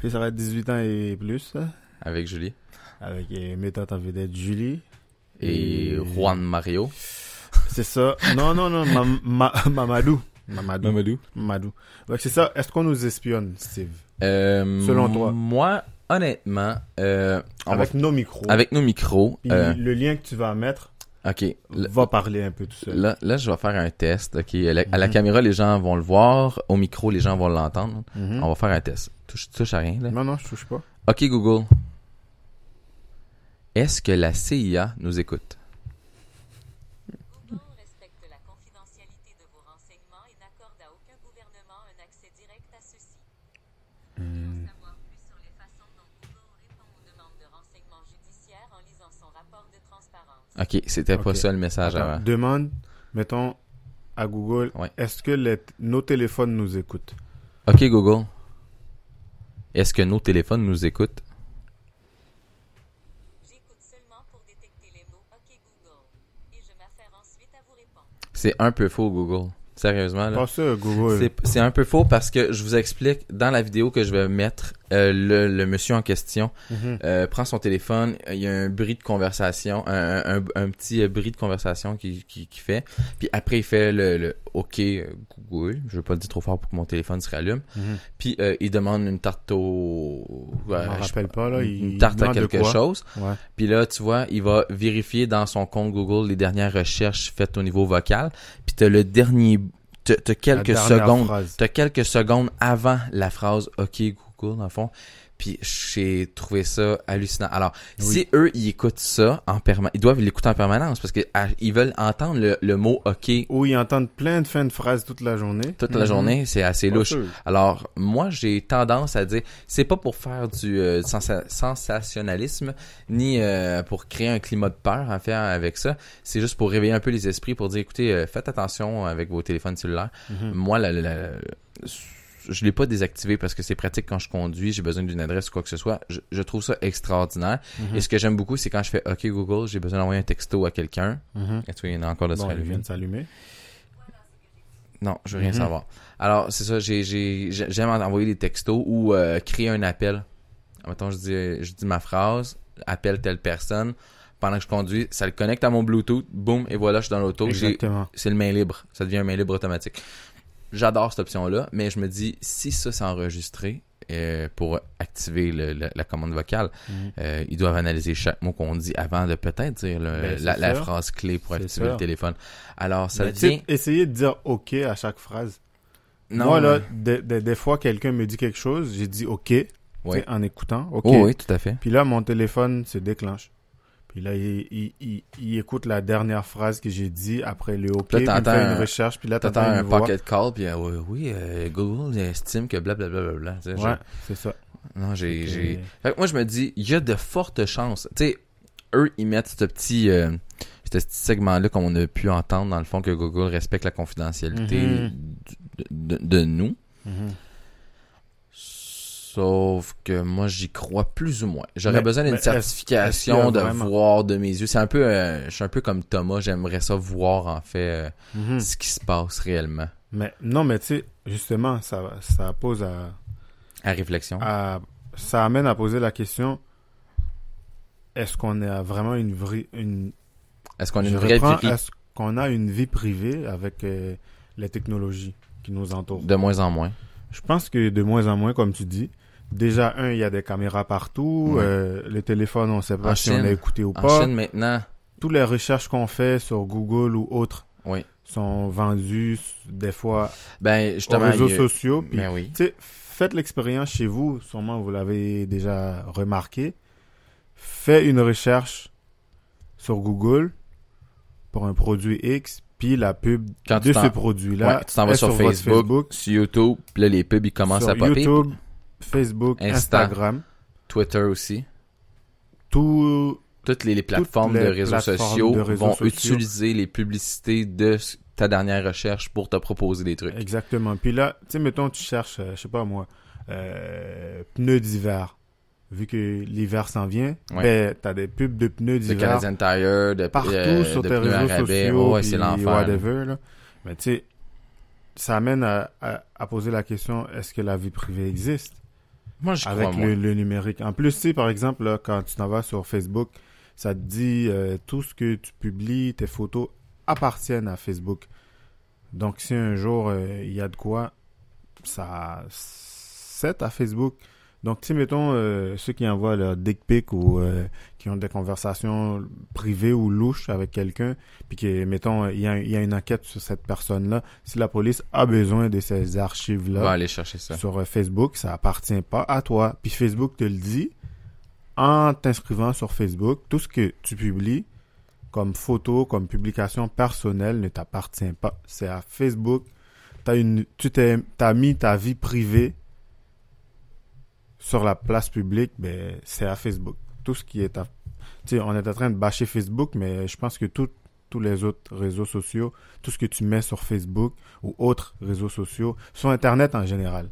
Puis ça va être 18 ans et plus. hein, Avec Julie Avec euh, mes tantes en vedette Julie. et Juan Mario. C'est ça. Non, non, non, ma, ma- Mamadou. Mamadou. Mamadou. Ouais, c'est ça. Est-ce qu'on nous espionne, Steve Euh, Selon toi. Moi, honnêtement, euh, on va- Avec avec... nos micros. nos micros, Puis euh, le lien que tu vas mettre ok. le- va parler un peu tout seul. Là, là, je vais faire un test. ok À la, à la Mhm. caméra, les gens vont le voir. Au micro, les gens vont l'entendre. Mhm. On va faire un test. Touche, touche à rien. Là. Non, non, je touche pas. Ok, Google. Est-ce que la CIA nous écoute Gouvernement respecte la confidentialité de vos renseignements et n'accorde à aucun gouvernement un accès direct à ceux-ci. Pour savoir plus sur les façons dont Google répond aux demandes de renseignements judiciaires en lisant son rapport de transparence. Ok, c'était pas Ok. ça le message Attends, avant. demande, mettons, à Google, Ouais. est-ce que les- nos téléphones nous écoutent Ok, Google. Est-ce que nos téléphones nous écoutent J'écoute seulement pour détecter les mots OK Google et je m'affaire ensuite à vous répondre. C'est un peu faux, Google. Sérieusement, là. Pas ça, Google. C'est- C'est un peu faux parce que je vous explique dans la vidéo que je vais mettre, euh, le, le monsieur en question Mhm. euh, prend son téléphone, il y a un bruit de conversation, un, un- un- un petit euh, bruit de conversation qui, qui, qui fait, puis après il fait le, le OK euh, Google, je veux pas le dire trop fort pour que mon téléphone se rallume, Mhm. puis euh, il demande une tarte au... Je euh, m'en je- rappelle pas, là. Il une tarte à demande de quelque quoi. chose. Ouais. Puis là, tu vois, il va vérifier dans son compte Google les dernières recherches faites au niveau vocal. Puis t'as le dernier, t'as t'as quelques La dernière secondes, phrase. t'as quelques secondes avant la phrase OK Google dans le fond. Puis j'ai trouvé ça hallucinant. Alors, Oui. si eux ils écoutent ça en permanence, ils doivent l'écouter en permanence parce que à- ils veulent entendre le, le mot OK Où ils entendent plein de fins de phrases toute la journée. Mhm. toute la journée, c'est assez Pas louche. sûr. Alors, moi, j'ai tendance à dire, c'est pas pour faire du euh, sensa- sensationnalisme, ni euh, pour créer un climat de peur, en fait, avec ça. C'est juste pour réveiller un peu les esprits, pour dire, écoutez, euh, faites attention avec vos téléphones cellulaires. Mhm. Moi, la, la- la- je l'ai pas désactivé parce que c'est pratique quand je conduis, j'ai besoin d'une adresse ou quoi que ce soit. Je, je trouve ça extraordinaire. Mhm. Et ce que j'aime beaucoup, c'est quand je fais, OK, Google, j'ai besoin d'envoyer un texto à quelqu'un. Mhm. Et tu vois, il y en a encore de Bon, ça à il lui. vient de s'allumer. Non, je veux rien Mhm. savoir. Alors, c'est ça, j'ai, j'ai, j'ai- j'aime envoyer des textos ou euh, créer un appel. Mettons, je dis, je dis ma phrase, appelle telle personne. Pendant que je conduis, ça le connecte à mon Bluetooth, boum, et voilà, je suis dans l'auto. J'ai, Exactement. c'est le main libre. Ça devient un main libre automatique. J'adore cette option-là, mais je me dis, si ça s'est enregistré euh, pour activer le- le- la commande vocale, Mhm. euh, ils doivent analyser chaque mot qu'on dit avant de peut-être dire le- Ben, c'est la, la ça. phrase clé pour C'est activer ça. le téléphone. Alors, ça Mais tu sais, devient... Essayez de dire OK à chaque phrase. Non, Moi, là, euh, des- des- des fois, quelqu'un me dit quelque chose, j'ai dit OK. tu Ouais. sais, En écoutant. OK. oh oui, tout à fait. Puis là, mon téléphone se déclenche. Puis là, il, il- il- il écoute la dernière phrase que j'ai dit après le OK. Là, puis il t'entends fait un- une recherche. Puis là, T'entends t'entends un une voix. pocket call, puis euh, oui, oui, euh, Google estime que blablabla. Bla, bla, bla, tu sais, Ouais, c'est ça. je- Non, j'ai. Ok. j'ai- Fait que moi, je me dis, il y a de fortes chances. Tu sais, eux, ils mettent ce petit. euh, ce petit segment-là qu'on a pu entendre, dans le fond, que Google respecte la confidentialité Mhm. du- de, de- de nous. Mhm. Sauf que moi, j'y crois plus ou moins. J'aurais Mais- besoin d'une mais est-ce- est-ce certification qu'il de y a vraiment- voir de mes yeux. C'est un peu. euh, je suis un peu comme Thomas, j'aimerais ça voir, en fait, euh, Mhm. ce qui se passe réellement. Mais non, mais tu sais, justement, ça, ça pose à, À réflexion. à- Ah. ça amène à poser la question est-ce qu'on a vraiment une vraie une, Est-ce qu'on a je une vraie reprends, vie est-ce qu'on a une vie privée avec euh, les technologies qui nous entourent de moins en moins? Je pense que de moins en moins, comme tu dis. Déjà, un, il y a des caméras partout. Ouais. euh, le téléphone, on ne sait pas En si Chine. on a écouté ou En pas. Chine maintenant, Toutes les recherches qu'on fait sur Google ou autres Oui. sont vendues des fois ben aux justement, réseaux il y a- sociaux. puis ben oui. Tu sais, faites l'expérience chez vous, sûrement vous l'avez déjà remarqué. Faites une recherche sur Google pour un produit X, Puis la pub Quand de tu t'en- ce produit-là. Ouais, tu t'en vas est sur, votre Facebook, sur YouTube, puis là, les pubs, ils commencent sur à popper. YouTube, Facebook, Insta. Instagram. Twitter aussi. Tout. Toutes les, les plateformes les de réseaux plateformes sociaux de réseaux vont sociaux. utiliser les publicités de s- ta dernière recherche pour te proposer des trucs. Exactement. Puis là, tu sais, mettons, tu cherches, euh, je sais pas moi, euh, pneus d'hiver. Vu que l'hiver s'en vient, Ouais. ben, t'as des pubs de De pneus d'hiver Canadian Tire, de, partout euh, sur de tes pneus à réseaux rabais. sociaux. ouais, c'est puis l'enfer. là. whatever, là. Mais tu sais, ça amène à, à- à poser la question est-ce que la vie privée existe Moi, je crois, avec moi. le, le numérique En plus, tu sais, par exemple, là, quand tu t'en vas sur Facebook, ça te dit euh, tout ce que tu publies, tes photos appartiennent à Facebook. Donc, si un jour euh, il y a de quoi, ça c'est à Facebook. Donc, tu sais, mettons, euh, ceux qui envoient leur dick pic ou euh, qui ont des conversations privées ou louches avec quelqu'un, puis que, mettons, il y, a- il y a une enquête sur cette personne-là, si la police a besoin de ces archives-là, Va aller chercher ça. sur euh, Facebook, ça appartient pas à toi. Puis Facebook te le dit en t'inscrivant sur Facebook, tout ce que tu publies comme photo, comme publication personnelle ne t'appartient pas. C'est à Facebook. T'as une, tu t'es, t'as mis ta vie privée sur la place publique, ben, c'est à Facebook. Tout ce qui est à, tu sais, on est en train de bâcher Facebook, mais je pense que tout- tous les autres réseaux sociaux, tout ce que tu mets sur Facebook ou autres réseaux sociaux, sur Internet en général,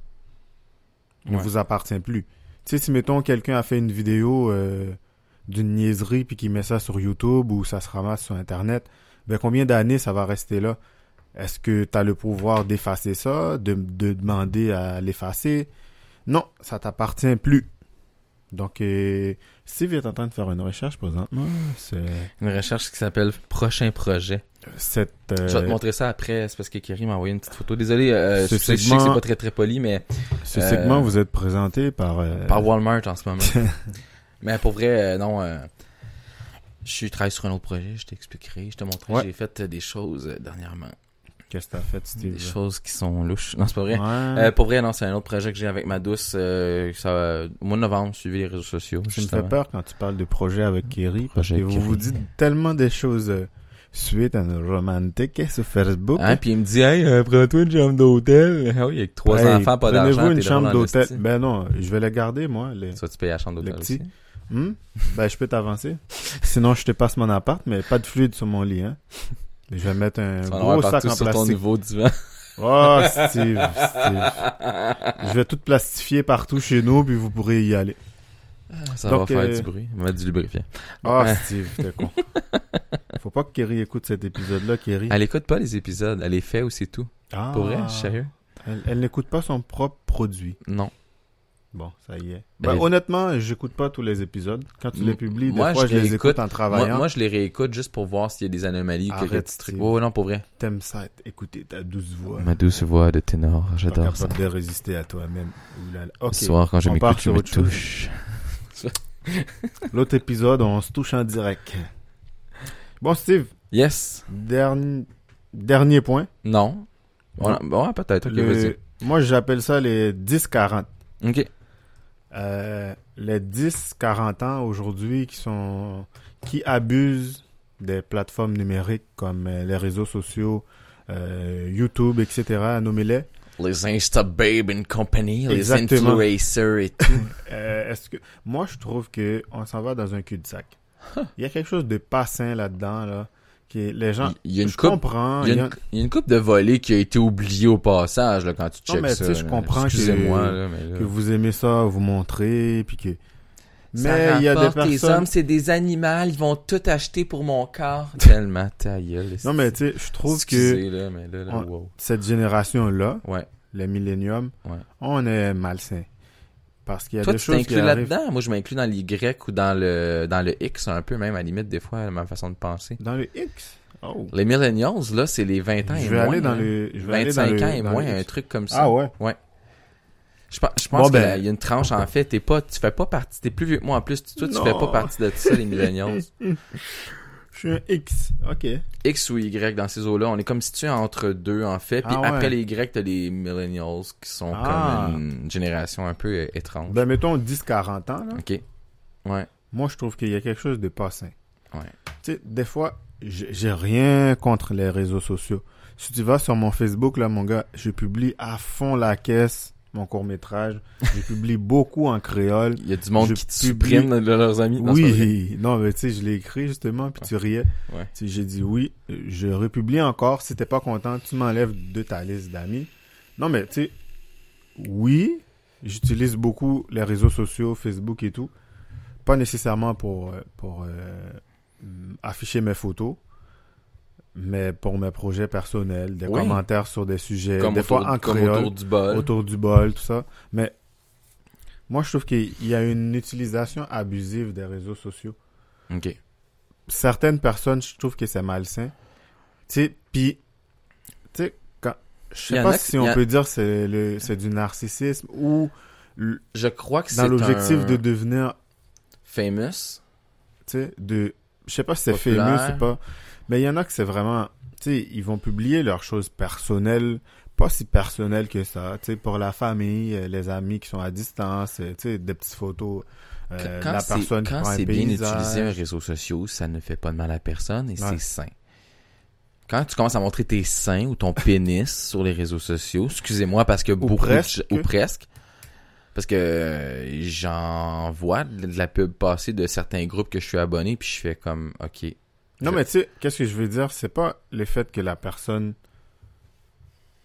ne Ouais. vous appartient plus. Tu sais, si mettons quelqu'un a fait une vidéo euh, d'une niaiserie puis qui met ça sur YouTube ou ça se ramasse sur Internet, ben combien d'années ça va rester là Est-ce que tu as le pouvoir d'effacer ça, de, de demander à l'effacer Non, ça t'appartient plus. Donc, euh, Steve est en train de faire une recherche présentement. C'est Une recherche qui s'appelle Prochain projet. cette. euh, Je vais te montrer ça après. C'est parce que Kerry m'a envoyé une petite photo. Désolé, euh, Ce je, sais, je sais que segment- c'est pas très très poli, mais Ce Euh, segment vous êtes présenté par. euh, *laughs* par Walmart en ce moment. *laughs* mais pour vrai, euh, non. euh, je suis- travaille sur un autre projet, je t'expliquerai, je te montrerai. Ouais. J'ai fait euh, des choses euh, dernièrement. Qu'est-ce que t'as fait, Des Steve choses qui sont louches. Non, c'est pas vrai. Ouais. Euh, pour vrai, non, c'est un autre projet que j'ai avec ma douce. euh, ça, euh, au mois de novembre, suivez les réseaux sociaux. Tu me justement. Hmm. fais peur quand tu parles de projet avec Kerry. Parce Projet que vous Kerry. vous dites tellement des choses euh, suite à nos romantiques sur Facebook. Hein, puis il me dit, hey, euh, prends-toi une chambre d'hôtel. *laughs* Ah oui, avec trois Hey, enfants, pas d'argent. Prenez-vous une t'es drôle chambre en d'hôtel. esti. Ben non, je vais la garder, moi. Les... Soit tu payes la chambre d'hôtel. Le petit. aussi. Hmm? Ben, je peux t'avancer. Sinon, je te passe mon appart, mais pas de fluide sur mon lit. Hein. Je vais mettre un Tu vas en gros avoir sac partout en sur ton plastique. nouveau divan. *laughs* Oh, Steve, Steve. Je vais tout plastifier partout chez nous, puis vous pourrez y aller. Ça Donc, va faire euh, du bruit. On va mettre du lubrifiant. Oh, Ouais. Steve, t'es con. Faut pas que Kerry écoute cet épisode-là, Kerry. Elle écoute pas les épisodes. Elle les fait ou c'est tout. Ah. Pour vrai, sérieux? Elle, elle n'écoute pas son propre produit. Non. Bon, ça y est. Ben, Elle- Honnêtement, j'écoute pas tous les épisodes. Quand tu les publies, des Moi, fois, je je les réécoute. écoute en Moi, travaillant. moi, je les réécoute juste pour voir s'il y a des anomalies ou quelques Arrête, petits trucs. Steve. Oh non, pour vrai. T'aimes ça, t- écouter ta douce voix. Ma douce voix de ténor. Pas J'adore ça. capable de résister à toi-même. Ouh là là. Ok. Ce soir, quand je on part m'écoute, je sur me autre chose. touche. L'autre épisode, on se touche en direct. Bon, Steve, Yes. derni- dernier point. Non. Voilà. Bon, ouais, peut-être. Ok, Le- vas-y. Moi, j'appelle ça les 10-40. Ok. Euh, les 10-40 ans aujourd'hui qui sont qui abusent des plateformes numériques comme euh, les réseaux sociaux, euh, YouTube, etc., nommez-les. Les Insta Babe and Company, les Exactement. influencers et tout. Euh, est-ce que moi je trouve que on s'en va dans *laughs* un cul-de-sac. Il y a quelque chose de pas sain là-dedans là qui est- les gens Il y a une je coupe- comprends, Il y, a il y a- une, il y a une coupe de volée qui a été oubliée au passage là, quand tu Non, checks mais tu ça. sais, je là. comprends que- Excusez-moi, là, mais là... que vous aimez ça, vous montrer puis que Ça mais il y a des rapporte, Les personnes hommes, c'est des animaux, ils vont tout acheter pour mon corps. Tellement ta gueule. Non mais tu sais, je trouve que Excusez, là, mais là, là, on- wow. cette génération là Ouais. le millénium, Ouais. on est malsain. Parce qu'il y a Toi, des tu choses qui t'inclus arrivent là-dedans. Moi, je m'inclus dans l'Y ou dans le, dans le X un peu, même à la limite, des fois, ma façon de penser. dans le X. Oh. Les millennials, là, c'est les 20 ans et Je vais moins. aller dans hein. le je vais 25 aller dans ans le, et dans le moins, euh, X. un truc comme ça. Ah ouais. Je, pe- je Bon, pense ben. qu'il y a une tranche, en fait, t'es pas, tu fais pas partie, t'es plus vieux que moi en plus, tu- toi, tu Non. fais pas partie de tout ça, *laughs* les millennials. Je suis un X. OK. X ou Y dans ces eaux-là, on est comme situé entre deux, en fait, puis Ah ouais. après les Y, t'as les millennials qui sont Ah. comme une génération un peu euh, étrange. Ben mettons 10 40 ans là. Ok. Ouais. Moi je trouve qu'il y a quelque chose de pas sain. Ouais. Tu sais des fois J'ai j'ai rien contre les réseaux sociaux. Si tu vas sur mon Facebook, là, mon gars, je publie à fond la caisse mon court-métrage. Je publie beaucoup en créole. Il y a du monde Je qui te publie- supprime de leurs amis. Non, c'est pas vrai. oui, non, mais tu sais, je l'ai écrit justement, puis tu riais. Ouais. Tu sais, J'ai dit oui, euh, je republie encore. Si t'es pas content, tu m'enlèves de ta liste d'amis. Non, mais tu sais, oui, j'utilise beaucoup les réseaux sociaux, Facebook et tout. Pas nécessairement pour, euh, pour euh, mm, afficher mes photos, mais pour mes projets personnels, des Oui. commentaires sur des sujets, Comme, euh, des autour, fois en comme créole autour du bol. autour du bol, tout ça. Mais moi, je trouve qu'il y a une utilisation abusive des réseaux sociaux. Ok. Certaines personnes, je trouve que c'est malsain. Tu sais, puis, tu sais, quand- je Il y sais en pas a qui- si il y on a- peut dire c'est le c'est du narcissisme ou l- Je crois que c'est dans l'objectif un de devenir, famous. tu sais, de, je sais pas si c'est Populaire. fameux ou pas, mais il y en a que c'est vraiment, tu sais, ils vont publier leurs choses personnelles, pas si personnelles que ça, tu sais, pour la famille, euh, les amis qui sont à distance, euh, tu sais, des petites photos, euh, Quand- la quand c'est- personne qui quand prend un c'est bien paysage. utilisé un réseau social, ça ne fait pas de mal à personne et Ouais. c'est sain. Quand tu commences à montrer tes seins ou ton pénis *laughs* sur les réseaux sociaux, excusez-moi parce que beaucoup de presque. gens- ou presque parce que euh, j'en vois de de la pub passer de certains groupes que je suis abonné puis je fais comme OK. Non, Je- mais tu sais, qu'est-ce que je veux dire? C'est pas le fait que la personne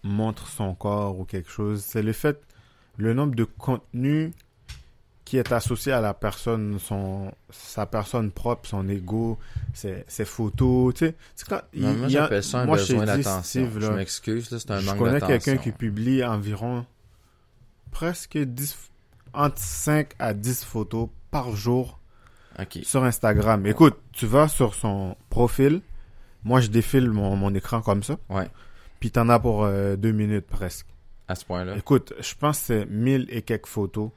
montre son corps ou quelque chose. C'est le fait, le nombre de contenu qui est associé à la personne, son, sa personne propre, son ego, ses, ses photos, tu sais. Tu sais. quand il- Non, moi il y a- j'appelle ça un moi, je besoin t'ai dit, d'attention. Steve, Je là, m'excuse, là, c'est un je manque connais d'attention. quelqu'un qui publie environ presque 10, entre 5 à 10 photos par jour OK. sur Instagram. Écoute, tu vas sur son profil. Moi, je défile mon, mon écran comme ça. Ouais. Puis t'en as pour euh, deux minutes presque. À ce *laughs* point-là. Écoute, je pense que c'est 1000 et quelques photos.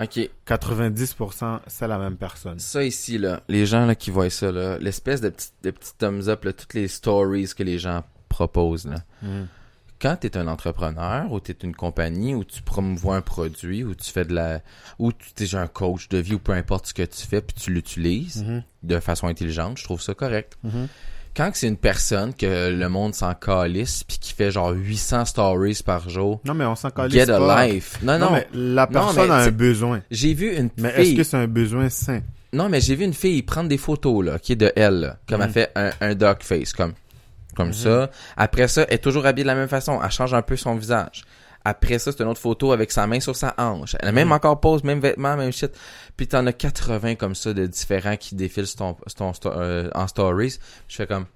OK. 90%, c'est la même personne. Ça ici, là, les gens là, qui voient ça, là, l'espèce de petit, de petit thumbs up, là, toutes les stories que les gens proposent. Là. Hmm. Quand tu es un entrepreneur ou tu es une compagnie ou tu promouvois un produit ou tu fais de la. ou tu es un coach de vie ou peu importe ce que tu fais puis tu l'utilises Mhm. de façon intelligente, je trouve ça correct. Mhm. Quand c'est une personne que le monde s'en calisse puis qui fait genre 800 stories par jour, Non, mais on s'en calisse get pas. a life. Non, Non, non. mais la Non, personne mais a un c'est- besoin. J'ai vu une Mais est-ce fille. que c'est un besoin sain? Non, mais j'ai vu une fille prendre des photos, là, qui est de elle, là, comme Mm. elle fait un, un dog face, comme, comme Mm-hmm. ça. Après ça, elle est toujours habillée de la même façon. Elle change un peu son visage. Après ça, c'est une autre photo avec sa main sur sa hanche. Elle a Mm. même encore pose, même vêtements, même shit. Puis t'en as 80 comme ça de différents qui défilent sur ton, sur ton sto- euh, en stories. Je fais comme...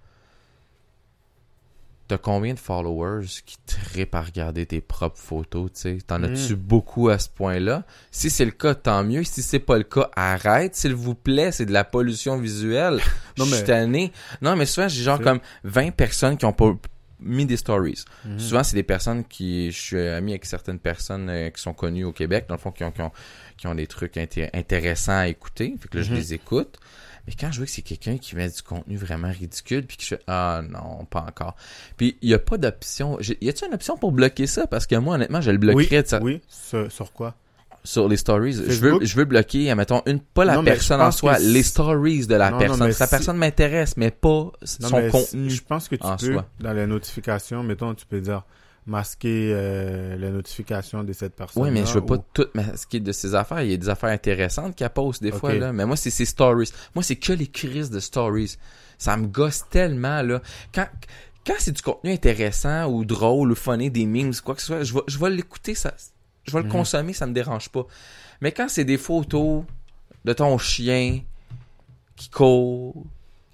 T'as combien de followers qui trippent à regarder tes propres photos, tu sais? T'en Mm. as-tu beaucoup à ce point-là? Si c'est le cas, tant mieux. Si c'est pas le cas, arrête, s'il vous plaît. C'est de la pollution visuelle. *laughs* Non, Je mais- suis tanné. Non, mais souvent, j'ai genre C'est- comme 20 personnes qui ont pas mis des stories. Mhm. Souvent, c'est des personnes qui... Je suis ami avec certaines personnes euh, qui sont connues au Québec, dans le fond, qui ont, qui ont, qui ont des trucs inté- intéressants à écouter. Fait que Mhm. là, je les écoute. Mais quand je vois que c'est quelqu'un qui met du contenu vraiment ridicule, puis que je fais « Ah non, pas encore ». Puis, il n'y a pas d'option. J'ai- Y a-t-il une option pour bloquer ça? Parce que moi, honnêtement, je le oui, bloquerais de sa- oui. Sur, sur quoi? sur les stories. Je Facebook? veux, je veux bloquer, mettons, une, pas la Non, mais je personne en pense soi, que si- les stories de la Non, non, personne. mais Sa si- personne m'intéresse, mais pas Non, son mais contenu. Je pense que tu en peux, soi. dans les notifications, mettons, tu peux dire masquer euh, les notifications de cette personne. Oui, mais je veux pas tout masquer de ses affaires. Il y a des affaires intéressantes qu'elle pose des fois, Ok. là. Mais moi, c'est ses stories. Moi, c'est que les crises de stories. Ça me gosse tellement, là. Quand, quand c'est du contenu intéressant ou drôle ou funny, des memes, quoi que ce soit, je vais, je vais l'écouter, ça. Je vais le consommer, ça me dérange pas. Mais quand c'est des photos de ton chien qui court,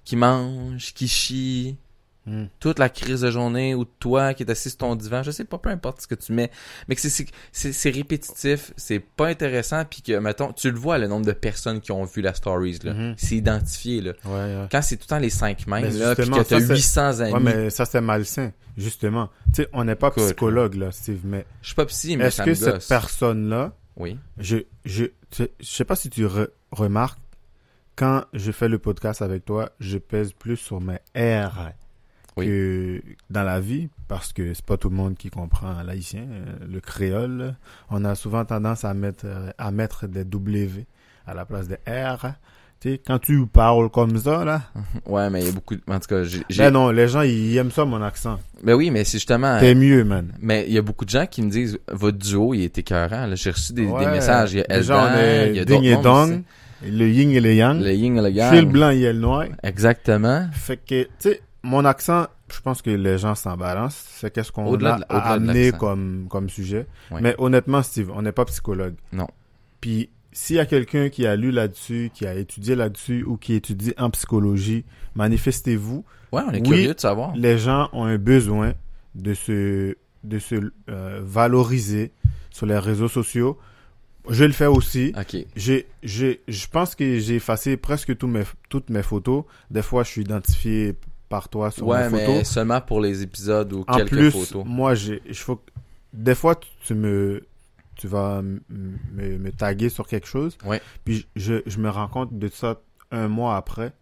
qui mange, qui chie, Mm. toute la crise de journée ou de toi qui est assis sur ton divan, je sais pas, peu importe ce que tu mets, mais que c'est- c'est- c'est c'est répétitif, c'est pas intéressant, puis que, mettons, tu le vois, le nombre de personnes qui ont vu la stories, là, Mhm. c'est identifié, là. Ouais, ouais. Quand c'est tout le temps les 5 mêmes, Mais là, puis justement, que t'as ça, c'est- 800 amis, Ouais, mais ça, c'est malsain, justement. Tu sais, on n'est pas Écoute, psychologue, là, Steve, mais, je suis pas psy, mais est-ce ça que me cette gosse. personne-là, Oui. je, je, tu- je sais pas si tu re- remarques, quand je fais le podcast avec toi, je pèse plus sur mes R Oui. que dans la vie, parce que c'est pas tout le monde qui comprend l'haïtien, euh, le créole. là. On a souvent tendance à mettre, euh, à mettre des W à la place des R. Tu sais, quand tu parles comme ça, là. Ouais, mais il y a beaucoup de... En tout cas, j'ai... j'ai- Ben non, les gens, ils aiment ça, mon accent. Ben oui, mais c'est justement... T'es mieux, man. Mais il y a beaucoup de gens qui me disent votre duo il est écœurant. Là, j'ai reçu des, des Ouais. messages. Il y a Déjà, Eldan, on est il y a ding d'autres et mondes, dong, le yin et le c'est- yang. Le yin et le Je yang. suis le blanc et le noir. Exactement. Fait que, tu sais, mon accent, je pense que les gens s'en balancent. C'est qu'est-ce qu'on Au-delà a de la- à au-delà de amener l'accent. comme, comme sujet. Ouais. Mais honnêtement, Steve, on n'est pas psychologue. Non. Puis, s'il y a quelqu'un qui a lu là-dessus, qui a étudié là-dessus ou qui étudie en psychologie, manifestez-vous. Ouais, on est Oui. curieux de savoir. Les gens ont un besoin de se, de se euh, valoriser sur les réseaux sociaux. Je le fais aussi. Ok. J'ai, j'ai, je pense que j'ai effacé presque tous mes, toutes mes photos. Des fois, je suis identifié par toi sur Ouais, mes mais photos. seulement pour les épisodes ou En quelques plus, photos. moi, j'ai, je faut, que- des fois, tu, tu me, tu vas m- me, me taguer sur quelque chose. Ouais. Puis je, je me rends compte de ça un mois après.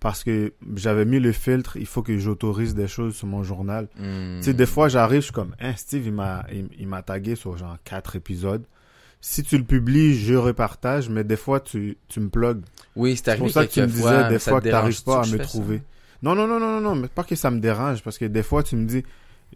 Parce que j'avais mis le filtre, il faut que j'autorise des choses sur mon journal. Hmm. Tu sais, des fois, j'arrive, je suis comme, hein, Steve, il m'a, il, il m'a tagué sur genre quatre épisodes. Si tu le publies, je repartage, mais des fois, tu, tu me plugs. Oui, c'est C'est arrivé pour ça que tu me quelques disais fois, mais des ça fois te que dérange-tu t'arrives pas que à je me fais ça? trouver. Non, non, non, non, non, non, mais pas que ça me dérange, parce que des fois, tu me dis,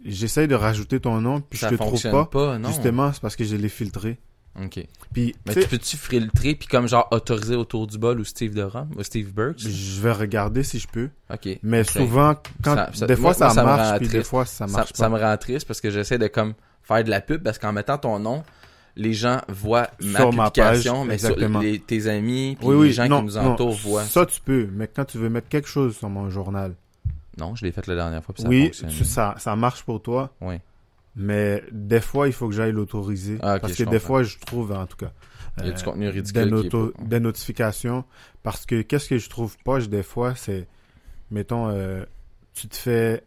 j'essaye de rajouter ton nom, puis Ça je te trouve fonctionne pas. non. Justement, c'est parce que je l'ai filtré. Ok. Puis, Mais tu tu sais, peux-tu filtrer puis comme genre autoriser autour du bol ou Steve de Rome ou Steve Burks? je vais regarder si je peux. Ok. Mais Ok. souvent, quand, Ça- ça- des fois, moi- ça, moi, ça me rend marche, puis des triste. fois, ça ça, marche ça pas. me rend triste parce que j'essaie de comme faire de la pub parce qu'en mettant ton nom, les gens voient ma Sur ma page, publication, mais sur exactement. les- tes amis puis Oui, les oui, gens non, qui nous non, entourent voient. Ça, tu peux, mais quand tu veux mettre quelque chose sur mon journal, Non, je l'ai fait la dernière fois puis ça a oui, fonctionné. tu- ça, ça marche pour toi. Oui. Mais des fois, il faut que j'aille l'autoriser. Ah, ok, parce je que des comprends. fois, je trouve, en tout cas, Il y a du euh, contenu ridicule des, qui est noto- pas- des notifications. Parce que qu'est-ce que je trouve poche des fois, c'est, mettons, euh, tu te fais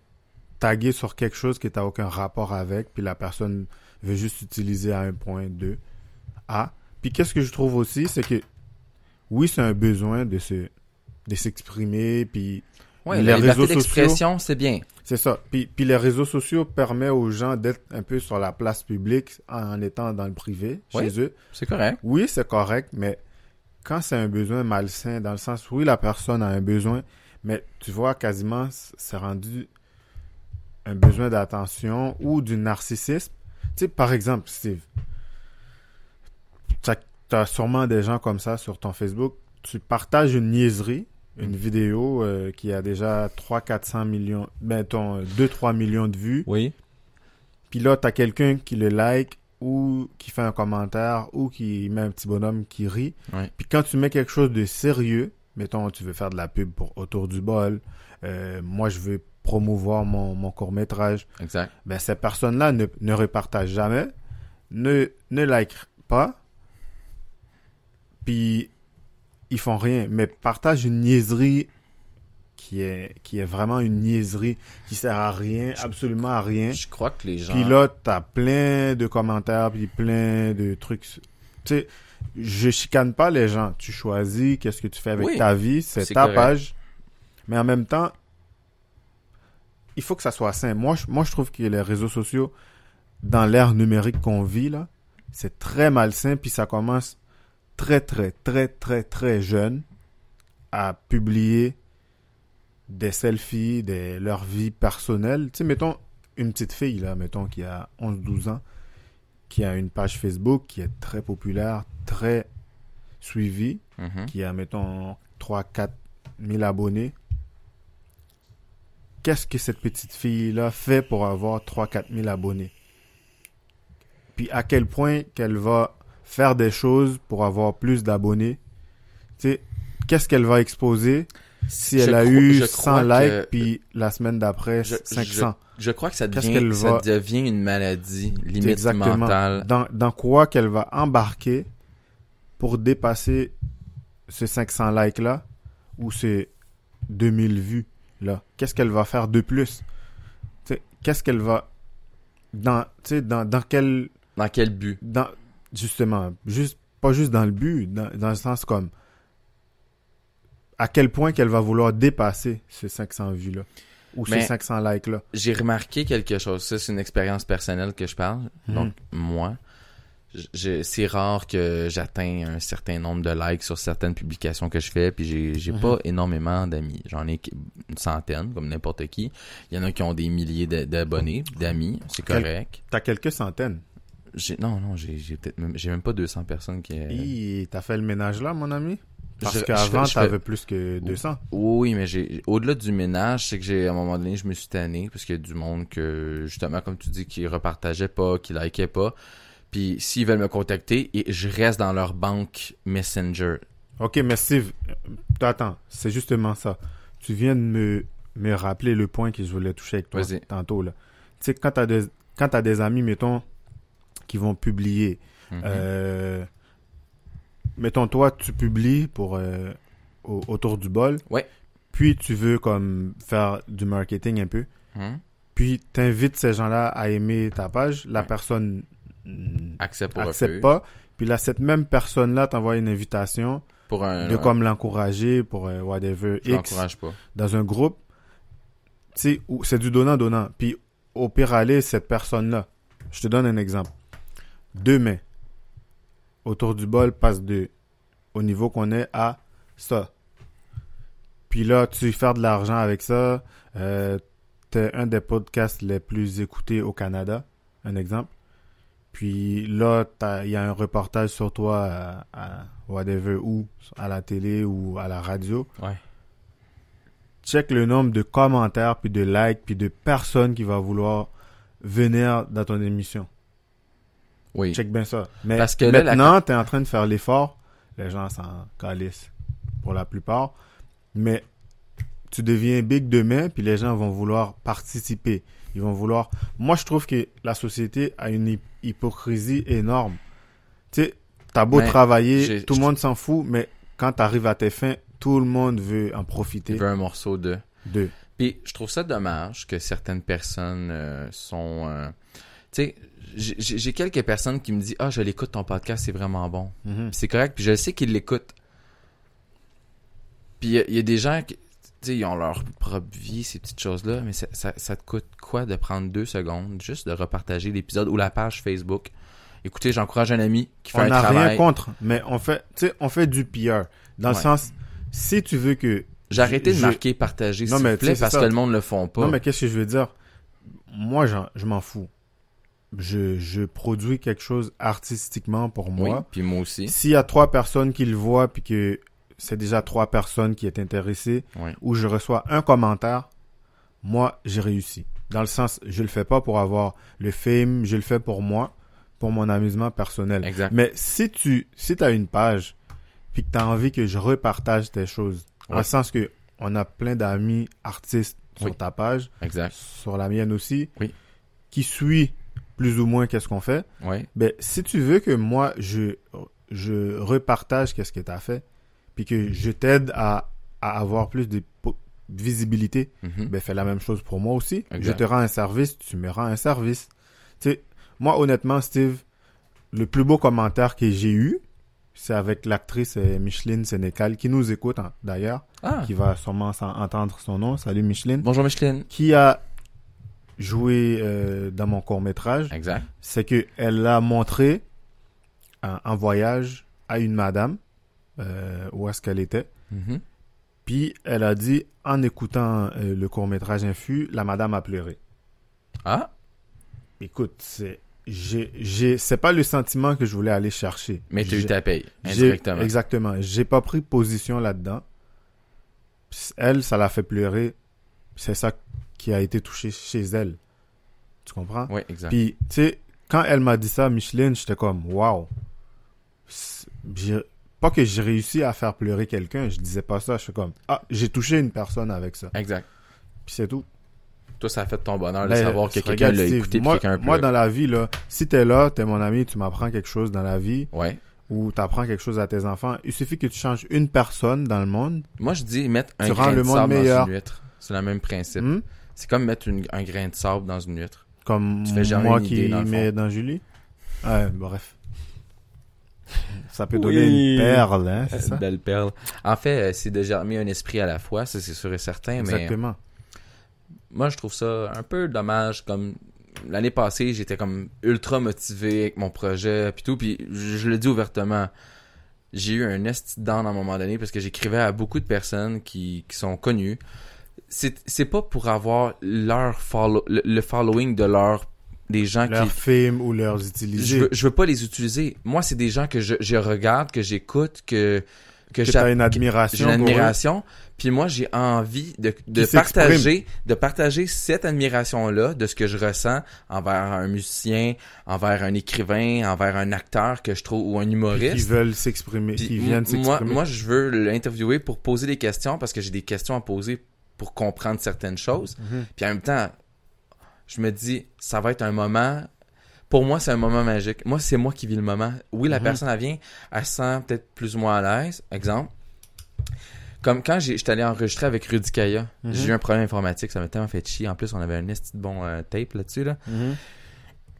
taguer sur quelque chose qui t'as aucun rapport avec, puis la personne veut juste utiliser à 1.2. Ah, puis qu'est-ce que je trouve aussi, c'est que, oui, c'est un besoin de se de s'exprimer, puis Ouais, les la liberté réseaux sociaux- d'expression, c'est bien. c'est ça. Puis, puis les réseaux sociaux permettent aux gens d'être un peu sur la place publique en étant dans le privé, Oui. chez eux. C'est correct. Oui, c'est correct, mais quand c'est un besoin malsain, dans le sens, oui, la personne a un besoin, mais tu vois, quasiment, c- c'est rendu un besoin d'attention ou du narcissisme. Tu sais, par exemple, Steve, t'as as sûrement des gens comme ça sur ton Facebook. Tu partages une niaiserie, une vidéo euh, qui a déjà 300-400 millions, ben, mettons, 2-3 millions de vues. Oui. Puis là, t'as quelqu'un qui le like ou qui fait un commentaire ou qui met un petit bonhomme qui rit. Ouais. Puis quand tu mets quelque chose de sérieux, mettons, tu veux faire de la pub pour Autour du bol, euh, moi je veux promouvoir mon, mon court-métrage, Exact. ben ces personnes-là ne, ne repartagent jamais, ne, ne like pas, puis ils font rien, mais partagent une niaiserie qui est, qui est vraiment une niaiserie qui sert à rien, absolument à rien. Je crois que les gens. Hein? Puis là, t'as plein de commentaires, puis plein de trucs. Tu sais, je chicane pas les gens. Tu choisis qu'est-ce que tu fais avec Oui, ta vie, c'est c'est ta correct. page. Mais en même temps, il faut que ça soit sain. Moi, je, moi, je trouve que les réseaux sociaux, dans l'ère numérique qu'on vit, là, c'est très malsain, puis ça commence très, très, très, très, très jeune à publier des selfies, de leur vie personnelle. Tu sais, mettons, une petite fille, là, mettons, qui a 11-12 ans, qui a une page Facebook qui est très populaire, très suivie, Mhm. qui a, mettons, 3-4 000 abonnés. Qu'est-ce que cette petite fille-là fait pour avoir 3-4 000 abonnés? Puis à quel point qu'elle va faire des choses pour avoir plus d'abonnés? Tu sais, qu'est-ce qu'elle va exposer si Je elle a cro- eu je 100 crois likes, que- puis la semaine d'après, Je- 500? Je crois que ça Qu'est-ce devient, qu'elle ça va- devient une maladie limite Exactement. mentale. Dans, dans quoi qu'elle va embarquer pour dépasser ce 500 likes-là ou ces 2000 vues-là? Qu'est-ce qu'elle va faire de plus? Tu sais, Qu'est-ce qu'elle va... Dans, tu sais, dans, dans quel... Dans quel but Dans, justement, juste, pas juste dans le but, dans, dans le sens comme... À quel point qu'elle va vouloir dépasser ces 500 vues-là ou Mais- ces 500 likes-là? J'ai remarqué quelque chose. Ça, c'est une expérience personnelle que je parle. Mhm. Donc, moi, je- je- c'est rare que j'atteins un certain nombre de likes sur certaines publications que je fais, puis j'ai j'ai pas Mhm. énormément d'amis. J'en ai qu- une centaine, comme n'importe qui. Il y en a qui ont des milliers d'a- d'abonnés, d'amis, c'est Quel- correct. T'as quelques centaines. J'ai- Non, non, j'ai j'ai peut-être même, j'ai même pas 200 personnes qui... euh, Hi, T'as fait le ménage là, mon ami? Je- Parce je qu'avant, fais- je t'avais fais- plus que 200. Oui, mais j'ai au-delà du ménage, c'est que j'ai à un moment donné, je me suis tanné parce qu'il y a du monde que justement, comme tu dis, qui repartageait pas, qui likait pas. Puis s'ils veulent me contacter, et je reste dans leur banque Messenger. Ok, mais Steve, euh, attends, c'est justement ça. Tu viens de me, me rappeler le point que je voulais toucher avec toi Vas-y. tantôt. Là. Tu sais, quand t'as des, quand t'as des amis, mettons, qui vont publier, Mhm. euh, mettons, toi, tu publies pour euh, au- autour du bol. Ouais. Puis tu veux comme faire du marketing un peu. Hein? Puis t'invites ces gens-là à aimer ta page. La Ouais. personne mm, Accepte pour un peu. accepte pas. Puis là, cette même personne-là t'envoie une invitation Pour un, de un- comme l'encourager pour euh, whatever Ah je X l'encourage pas. dans un groupe, tu sais, où c'est du donnant-donnant. Puis au pire aller, cette personne-là, je te donne un exemple. Demain, autour du bol, passe de au niveau qu'on est à ça. Puis là, tu fais de l'argent avec ça. Euh, T'es un des podcasts les plus écoutés au Canada, un exemple. Puis là, t'as- il y a un reportage sur toi à, à whatever, où, à la télé ou à la radio Ouais. check le nombre de commentaires, puis de likes, puis de personnes qui va vouloir venir dans ton émission. Oui. Check bien ça. Mais Parce que là, la- maintenant, tu es en train de faire l'effort. Les gens s'en calissent pour la plupart. Mais tu deviens big demain, puis les gens vont vouloir participer. Ils vont vouloir... Moi, je trouve que la société a une hy- hypocrisie énorme. Tu sais, t'as beau Mais travailler, j'ai- tout le je- monde s'en fout, mais quand t'arrives à tes fins, tout le monde veut en profiter Il veut un morceau de. de... Puis je trouve ça dommage que certaines personnes euh, sont. euh, Tu sais, j'ai- j'ai j'ai quelques personnes qui me disent Ah, je l'écoute ton podcast, c'est vraiment bon. Mhm. Puis c'est correct, puis je sais qu'ils l'écoutent. Puis il y a- il y, a des gens qui, tu sais, ils ont leur propre vie, ces petites choses-là, mais ça, ça- ça te coûte quoi de prendre deux secondes juste de repartager l'épisode ou la page Facebook? Écoutez, j'encourage un ami qui fait on un n'a rien travail. contre, mais on fait, tu sais, on fait du PR. Dans le Ouais. sens, si tu veux que. J'ai arrêté de je- marquer partager, Non, s'il mais vous tu sais, plaît, c'est parce ça. que le monde le font pas. Non, mais qu'est-ce que je veux dire? Moi, j'en- je m'en fous. Je, je produis quelque chose artistiquement pour oui, moi. puis moi aussi. S'il y a trois personnes qui le voient, puis que c'est déjà trois personnes qui est intéressées, Ouais. ou je reçois un commentaire, moi, j'ai réussi. Dans le sens, je le fais pas pour avoir le fame, je le fais pour moi, pour mon amusement personnel. Exact. Mais si tu si as une page, puis que tu as envie que je repartage tes choses, en Ouais. le sens que on a plein d'amis artistes sur Oui. ta page, Exact. sur la mienne aussi, Oui. qui suit plus ou moins qu'est-ce qu'on fait, Ouais. ben, si tu veux que moi, je, je repartage qu'est-ce que tu as fait, puis que je t'aide à, à avoir plus de po- visibilité, Mhm. ben, fais la même chose pour moi aussi. Exact. Je te rends un service, tu me rends un service. Tu sais, moi, honnêtement, Steve, le plus beau commentaire que j'ai eu, c'est avec l'actrice euh, Micheline Sénécal, qui nous écoute hein, d'ailleurs, Ah. qui va sûrement s'en- entendre son nom. Salut Micheline. Bonjour Micheline. Qui a joué euh, dans mon court-métrage. Exact. C'est que elle l'a montré en, en voyage à une madame, euh, où est-ce qu'elle était. Mhm. Puis elle a dit, en écoutant euh, le court-métrage Infus, la madame a pleuré. Ah. Écoute, c'est j'ai j'ai c'est pas le sentiment que je voulais aller chercher. Mais tu as eu J'ai- ta paye. j'ai- Indirectement. Exactement. J'ai pas pris position là-dedans. Puis Elle, ça l'a fait pleurer. C'est ça qui a été touché chez elle. Tu comprends? Oui, exact. Puis, tu sais, quand elle m'a dit ça, Micheline, j'étais comme, waouh. C'est- j'ai- Pas que j'ai réussi à faire pleurer quelqu'un, je disais pas ça. Je suis comme, ah, j'ai touché une personne avec ça. Exact. Puis c'est tout. Toi, ça a fait ton bonheur de Ben, Ah, savoir que quelqu'un regarde, l'a Steve, écouté et moi, quelqu'un pleure. moi, dans la vie, là, si t'es là, t'es mon ami, tu m'apprends quelque chose dans la vie Ouais. ou t'apprends quelque chose à tes enfants, il suffit que tu changes une personne dans le monde. Moi, je dis mettre un Tu rends grain le de monde sable meilleur. dans une huître. C'est le même principe. Hmm? C'est comme mettre une- un grain de sable dans une huître. Comme Tu fais germer moi une qui idée, dans le mets fond. dans Julie. Ouais, bref. Ça peut Oui. donner une perle, hein, Euh, c'est ça? Belle perle. En fait, euh, c'est de germer un esprit à la fois, ça c'est sûr et certain, mais euh, Exactement. moi je trouve ça un peu dommage comme l'année passée, j'étais comme ultra motivé avec mon projet, puis tout, puis je, je le dis ouvertement, j'ai eu un est down à un moment donné parce que j'écrivais à beaucoup de personnes qui, qui sont connues. C'est c'est pas pour avoir leur follow, le, le following de leur des gens Leurs qui films ou leurs utilisés. je veux, je veux pas les utiliser. Moi, c'est des gens que je, je regarde, que j'écoute, que que que j'a- t'as une admiration. j'ai une pour eux. admiration. Puis moi, j'ai envie de, de Qui s'exprime. partager, de partager cette admiration-là de ce que je ressens envers un musicien, envers un écrivain, envers un acteur que je trouve ou un Puis Qui humoriste. veulent s'exprimer, Puis qui viennent m- moi, s'exprimer. moi, je veux l'interviewer pour poser des questions parce que j'ai des questions à poser pour comprendre certaines choses. Mhm. Puis en même temps, je me dis, ça va être un moment. Pour moi, c'est un moment magique. Moi, c'est moi qui vis le moment. Oui, la Mhm. personne, elle vient, elle se sent peut-être plus ou moins à l'aise. Exemple. Comme quand j'ai- j'étais allé enregistrer avec Rudy Kaya, Mhm. j'ai eu un problème informatique, ça m'a tellement fait chier. En plus, on avait un esti de bon euh, tape là-dessus. Là. Mhm.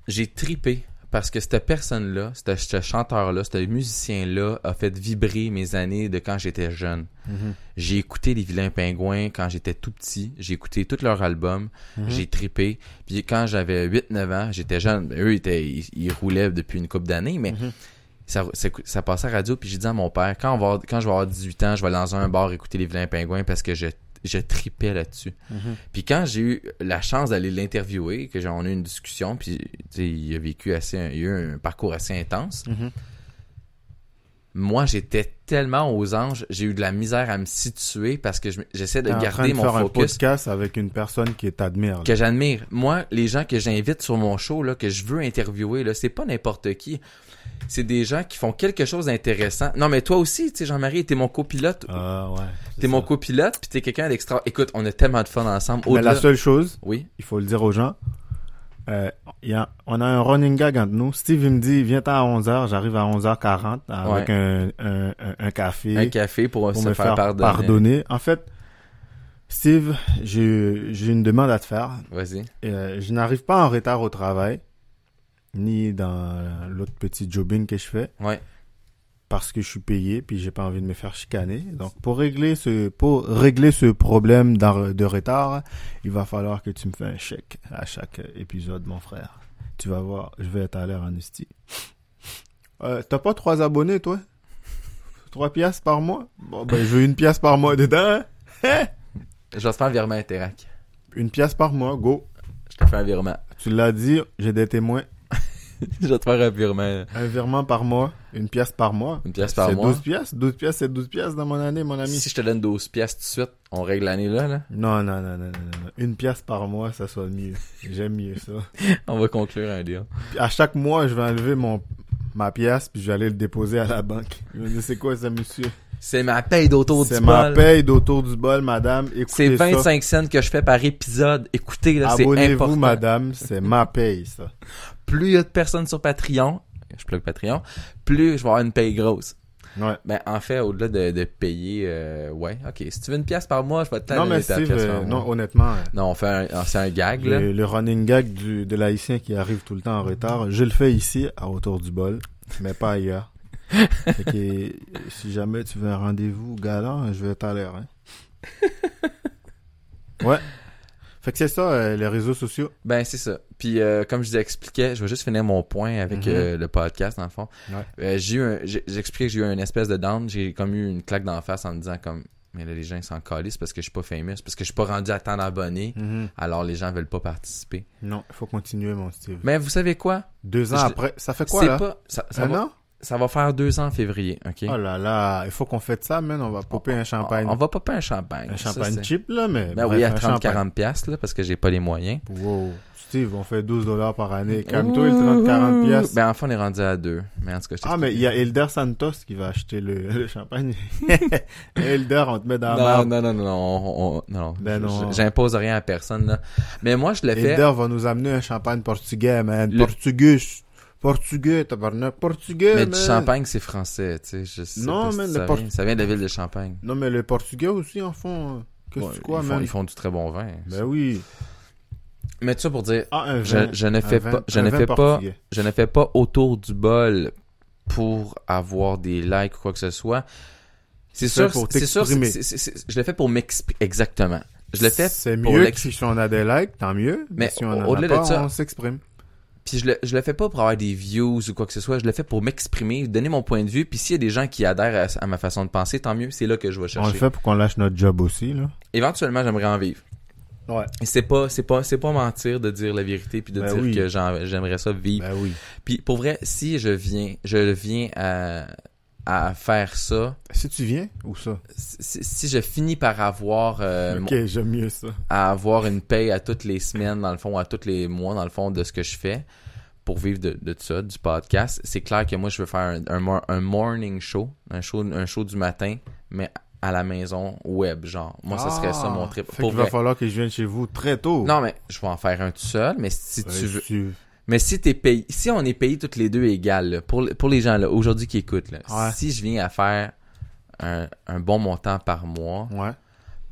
J'ai tripé parce que cette personne-là, ce ce chanteur-là, ce musicien-là a fait vibrer mes années de quand j'étais jeune. Mhm. J'ai écouté Les Vilains Pingouins quand j'étais tout petit. J'ai écouté tous leurs albums. Mhm. J'ai tripé. Puis quand j'avais 8-9 ans, j'étais jeune. Ben, eux, étaient, ils, ils roulaient depuis une couple d'années, mais Mhm. ça, ça, ça passait à la radio. Puis j'ai dit à mon père, quand, on va, avoir- quand je vais avoir 18 ans, je vais dans un bar écouter Les Vilains Pingouins parce que je, je tripais là-dessus. Mhm. Puis quand j'ai eu la chance d'aller l'interviewer, que j'en ai eu une discussion, puis tu sais, il a vécu assez, un- il a eu un parcours assez intense. Mhm. Moi, j'étais tellement aux anges, j'ai eu de la misère à me situer parce que je me- j'essaie de T'es en train garder de mon faire un focus podcast avec une personne qui t'admire. là. que j'admire. Moi, les gens que j'invite sur mon show, là, que je veux interviewer, là, c'est pas n'importe qui. C'est des gens qui font quelque chose d'intéressant. Non, mais toi aussi, tu sais, Jean-Marie, t'es mon copilote. Ah ouais. c'est t'es mon ça. copilote, puis t'es quelqu'un d'extra. Écoute, on a tellement de fun ensemble. Mais Au-delà... la seule chose, Oui. il faut le dire aux gens. euh, il y a- on a un running gag entre nous. Steve, il me dit, viens à 11h, j'arrive à 11h40 avec Ouais. un, un- un- un café Un café pour, pour se me faire, pardonner. En fait, Steve, j'ai j'ai une demande à te faire. Vas-y. Euh, je n'arrive pas en retard au travail, ni dans l'autre petit jobbing que je fais Ouais. parce que je suis payé puis j'ai pas envie de me faire chicaner. Donc pour régler ce pour régler ce problème d'en- de retard, il va falloir que tu me fais un chèque à chaque épisode, mon frère. Tu vas voir, je vais être à l'heure en esti. Euh, T'as pas trois abonnés, toi Trois piastres par mois Bon ben je veux une pièce par mois dedans. hein? J'espère un virement Interac. une pièce par mois, go. Je te fais un virement. *laughs* Tu l'as dit, j'ai des témoins. Je vais te faire un virement. Un virement par mois, une pièce par mois. Une pièce par C'est mois. 12 pièces, 12 pièces, c'est 12 pièces dans mon année, mon ami. Si je te donne 12 pièces tout de suite, on règle l'année là, là. Non, non, non, non, non, non, non. Une pièce par mois, ça soit mieux. J'aime mieux ça. On va conclure un deal. Puis à chaque mois, je vais enlever mon ma pièce, puis je vais aller le déposer à la banque. Je vais dire, c'est quoi ça, monsieur? C'est ma paye d'auto du C'est ma bol. paye d'autour du bol, madame. Écoutez C'est ça. 25 cents que je fais par épisode. Écoutez, là, c'est Abonnez-vous, important. madame. C'est ma paye, ça. Plus il y a de personnes sur Patreon, je plug Patreon, plus je vais avoir une paye grosse. Ouais. Ben, en fait, au-delà de, de payer, euh, ouais, ok. Si tu veux une pièce par mois, je vais te Non, mais donner ta Steve, pièce euh, par mois. non, honnêtement, euh, Non, on fait un, on- c'est un gag, là. le, le running gag du, de l'haïtien qui arrive tout le temps en retard, je le fais ici, à autour du bol, mais pas *laughs* ailleurs. Fait que, si jamais tu veux un rendez-vous galant, je vais être à l'heure. *laughs* hein. Ouais. Fait que c'est ça, euh, les réseaux sociaux. Ben, c'est ça. Puis, euh, comme je l'expliquais, je vais juste finir mon point avec Mhm. euh, le podcast, dans le fond. Ouais. Euh, j'ai eu un- j'ai- J'expliquais que j'ai eu une espèce de down. J'ai comme eu une claque d'en face en me disant comme... Mais là, les gens, ils s'en calissent parce que je suis pas famous, parce que je suis pas rendu à tant d'abonnés. Mhm. Alors, les gens veulent pas participer. Non, il faut continuer, mon Steve. Mais vous savez quoi? Deux ans Je- après, ça fait quoi C'est là pas... Ça, ça Un va, an ça va faire deux ans en février, OK? Oh là là, il faut qu'on fête ça, man. On va popper un champagne. On, on va pas pas un champagne. Un Ça, champagne c'est- cheap, là, mais. Ben bref, oui, à un champagne. 30-40 piastres, là, parce que j'ai pas les moyens. Wow. Steve, on fait 12 dollars par année. Calme-toi, il 30-40 piastres. Ben, enfin, on est rendu à deux. Mais en tout cas, je Ah, mais il y a Elder Santos qui va acheter le, *laughs* le champagne. Elder, on te met dans la non, marde. non, non, non, non, on- on- non, non. Ah, Ben Je- non. je- J'impose rien à personne, là. Mais moi, je le fais. Elder va nous amener un champagne portugais, man. Le- Portugais. Portugais, tabarnak. Portugais, Mais man. du champagne, c'est français, tu sais. Je sais Non, pas si mais le ça, port- vient. ça vient de la ville de Champagne. Non, mais les Portugais aussi en font. euh, Qu'est-ce Ouais, que tu quoi, ils, font, man? ils font du très bon vin. Ben oui. Mais tout ça pour dire, Ah, un vin. je, je ne Un fais vin- pas, je un ne vin fais pas, portugais. je ne fais pas autour du bol pour avoir des likes ou quoi que ce soit. C'est Tu le sûr, fais pour c'est sûr, c'est- t'exprimer. c'est- c'est- c'est- je le fais pour m'exprimer. Exactement. Je le fais C'est pour mieux que l'ex- si on a des likes, tant mieux. Mais Mais si on en a au-delà de pas, ça- on s'exprime. Puis je le, je le fais pas pour avoir des views ou quoi que ce soit. Je le fais pour m'exprimer, donner mon point de vue. Puis s'il y a des gens qui adhèrent à, à ma façon de penser, tant mieux. C'est là que je vais On le chercher. fait pour qu'on lâche notre job aussi, là. Éventuellement, j'aimerais en vivre. Ouais. Et C'est pas, c'est pas, c'est pas mentir de dire la vérité puis de Ben dire oui. que j'en- j'aimerais ça vivre. Ben oui. Puis pour vrai, si je viens, je viens à, à faire ça, Si tu viens, ou ça? si, si je finis par avoir euh, mon- ok, j'aime mieux ça. à avoir une paye à toutes les semaines, dans le fond, à tous les mois, dans le fond, de ce que je fais pour vivre de, de ça, du podcast, c'est clair que moi, je veux faire un, un, mor- un morning show, un show, un show du matin, mais à la maison web, genre. Moi, ça serait ça mon trip. Ah, Fait Pour qu'il va vrai. falloir que je vienne chez vous très tôt. Non, mais je vais en faire un tout seul, mais si Euh, tu veux. tu- Mais si t'es payé, si on est payé toutes les deux égales, là, pour, pour les gens là, aujourd'hui qui écoutent, là, Ouais. si je viens à faire un, un bon montant par mois, Ouais.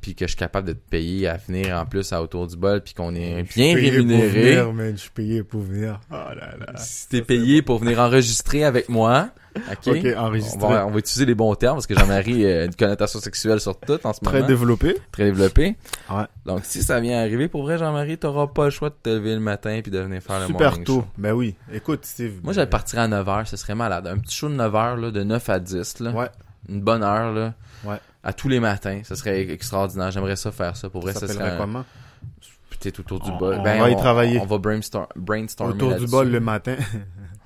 puis que je suis capable de te payer à venir en plus à autour du bol, puis qu'on est bien Je suis payé Pour rémunéré, venir, man. Je suis payé pour venir. Oh là là. si t'es payé pour venir enregistrer avec moi, ok, Ok, on, enregistré. va, on va utiliser les bons termes parce que Jean-Marie a une connotation sexuelle sur tout en ce Très moment, développé. très développée. Ouais. Donc si ça vient arriver, pour vrai Jean-Marie, t'auras pas le choix de te lever le matin puis de venir faire le Super morning show. tôt. Ben oui. Écoute, Steve. Moi, ben, j'allais partir à 9h, ce serait malade. Un petit show de 9h, là, de 9 à 10, là. Ouais. Une bonne heure, là. Ouais. À tous les matins, ce serait extraordinaire. J'aimerais ça faire ça. Pour vrai, Ça ça, s'appellerait serait. un- comment? Peut-être autour du On- bol. on Ben, va y travailler. On va brainstorm, brainstormer. Autour du là-dessus. bol le matin. *laughs*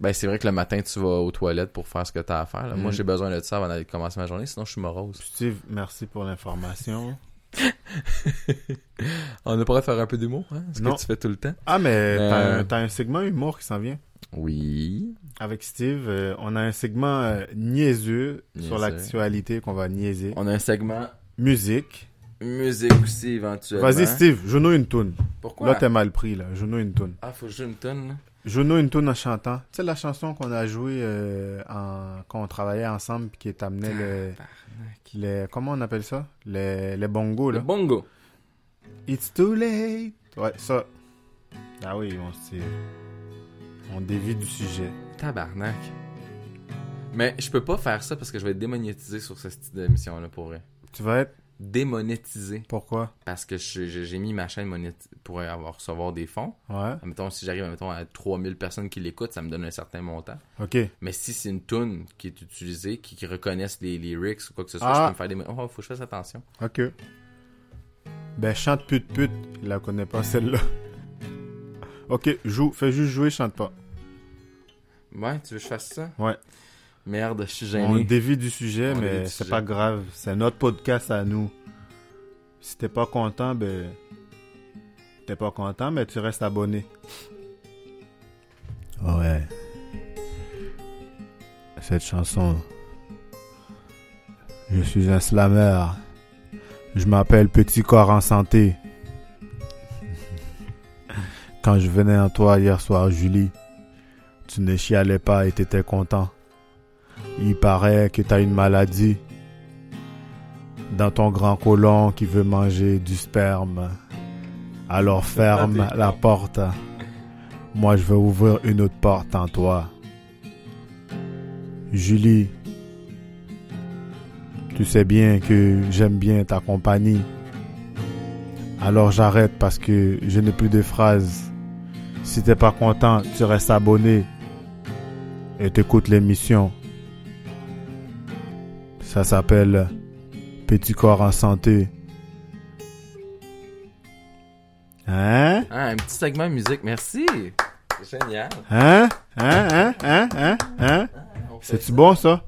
Ben, c'est vrai que le matin, tu vas aux toilettes pour faire ce que t'as à faire. là. Moi, Mhm. j'ai besoin de ça avant d'aller commencer ma journée, sinon je suis morose. Steve, merci pour l'information. On pourrait faire un peu d'humour, hein? Ce Non. que tu fais tout le temps. Ah, mais t'as Euh. un- t'as un segment humour qui s'en vient. Oui. Avec Steve, euh, on a un segment euh, niaiseux, sur Niaiseux. l'actualité qu'on va niaiser. On a un segment Musique. musique aussi, éventuellement. Vas-y, Steve, je nous une toune. Pourquoi? Là, t'es mal pris, là. Je nous une toune. Ah, faut que je joue une tonne, là. Je nous une toune en chantant. Tu sais, la chanson qu'on a jouée euh, en... quand on travaillait ensemble puis qui t'amenait le... les... Comment on appelle ça? Les, les bongos, Le là. bongo. It's too late. Ouais, ça. Ah oui, on Steve. On dévie du sujet. Tabarnak. Mais je peux pas faire ça parce que je vais être démonétisé sur cette petite émission-là pour vrai. Tu vas être... Démonétisé. Pourquoi? Parce que je- je- j'ai mis ma chaîne monéti- pour avoir, recevoir des fonds. Ouais. Mettons, si j'arrive mettons, à 3000 personnes qui l'écoutent, ça me donne un certain montant. OK. Mais si c'est une toune qui est utilisée, qui, qui reconnaissent les lyrics ou quoi que ce soit, Ah. je peux me faire des. Oh, faut que je fasse attention. Ok. Ben, chante pute pute. Il la connaît pas, celle-là. *laughs* Ok, joue. Fais juste jouer, chante pas. Ouais, tu veux que je fasse ça? Ouais. Merde, je suis On gêné. dévie du sujet, On dévie mais du c'est sujet. pas grave. C'est notre podcast à nous. Si t'es pas content, ben. T'es pas content, mais tu restes abonné. Ah Ouais. Cette chanson. Je suis un slammer. Je m'appelle Petit Corps en Santé. Quand je venais en toi hier soir, Julie, tu ne chialais pas et t'étais content. Il paraît que t'as une maladie dans ton grand colon qui veut manger du sperme. Alors ferme tes la porte. Moi, je vais ouvrir une autre porte en toi. Julie, tu sais bien que j'aime bien ta compagnie. Alors j'arrête parce que je n'ai plus de phrases. Si t'es pas content, tu restes abonné et t'écoutes l'émission. Ça s'appelle Petit corps en santé. Hein? Ah, un petit segment musique, merci. C'est génial. Hein? Hein? Hein? Hein? Hein? Hein? On fait C'est-tu bon ça?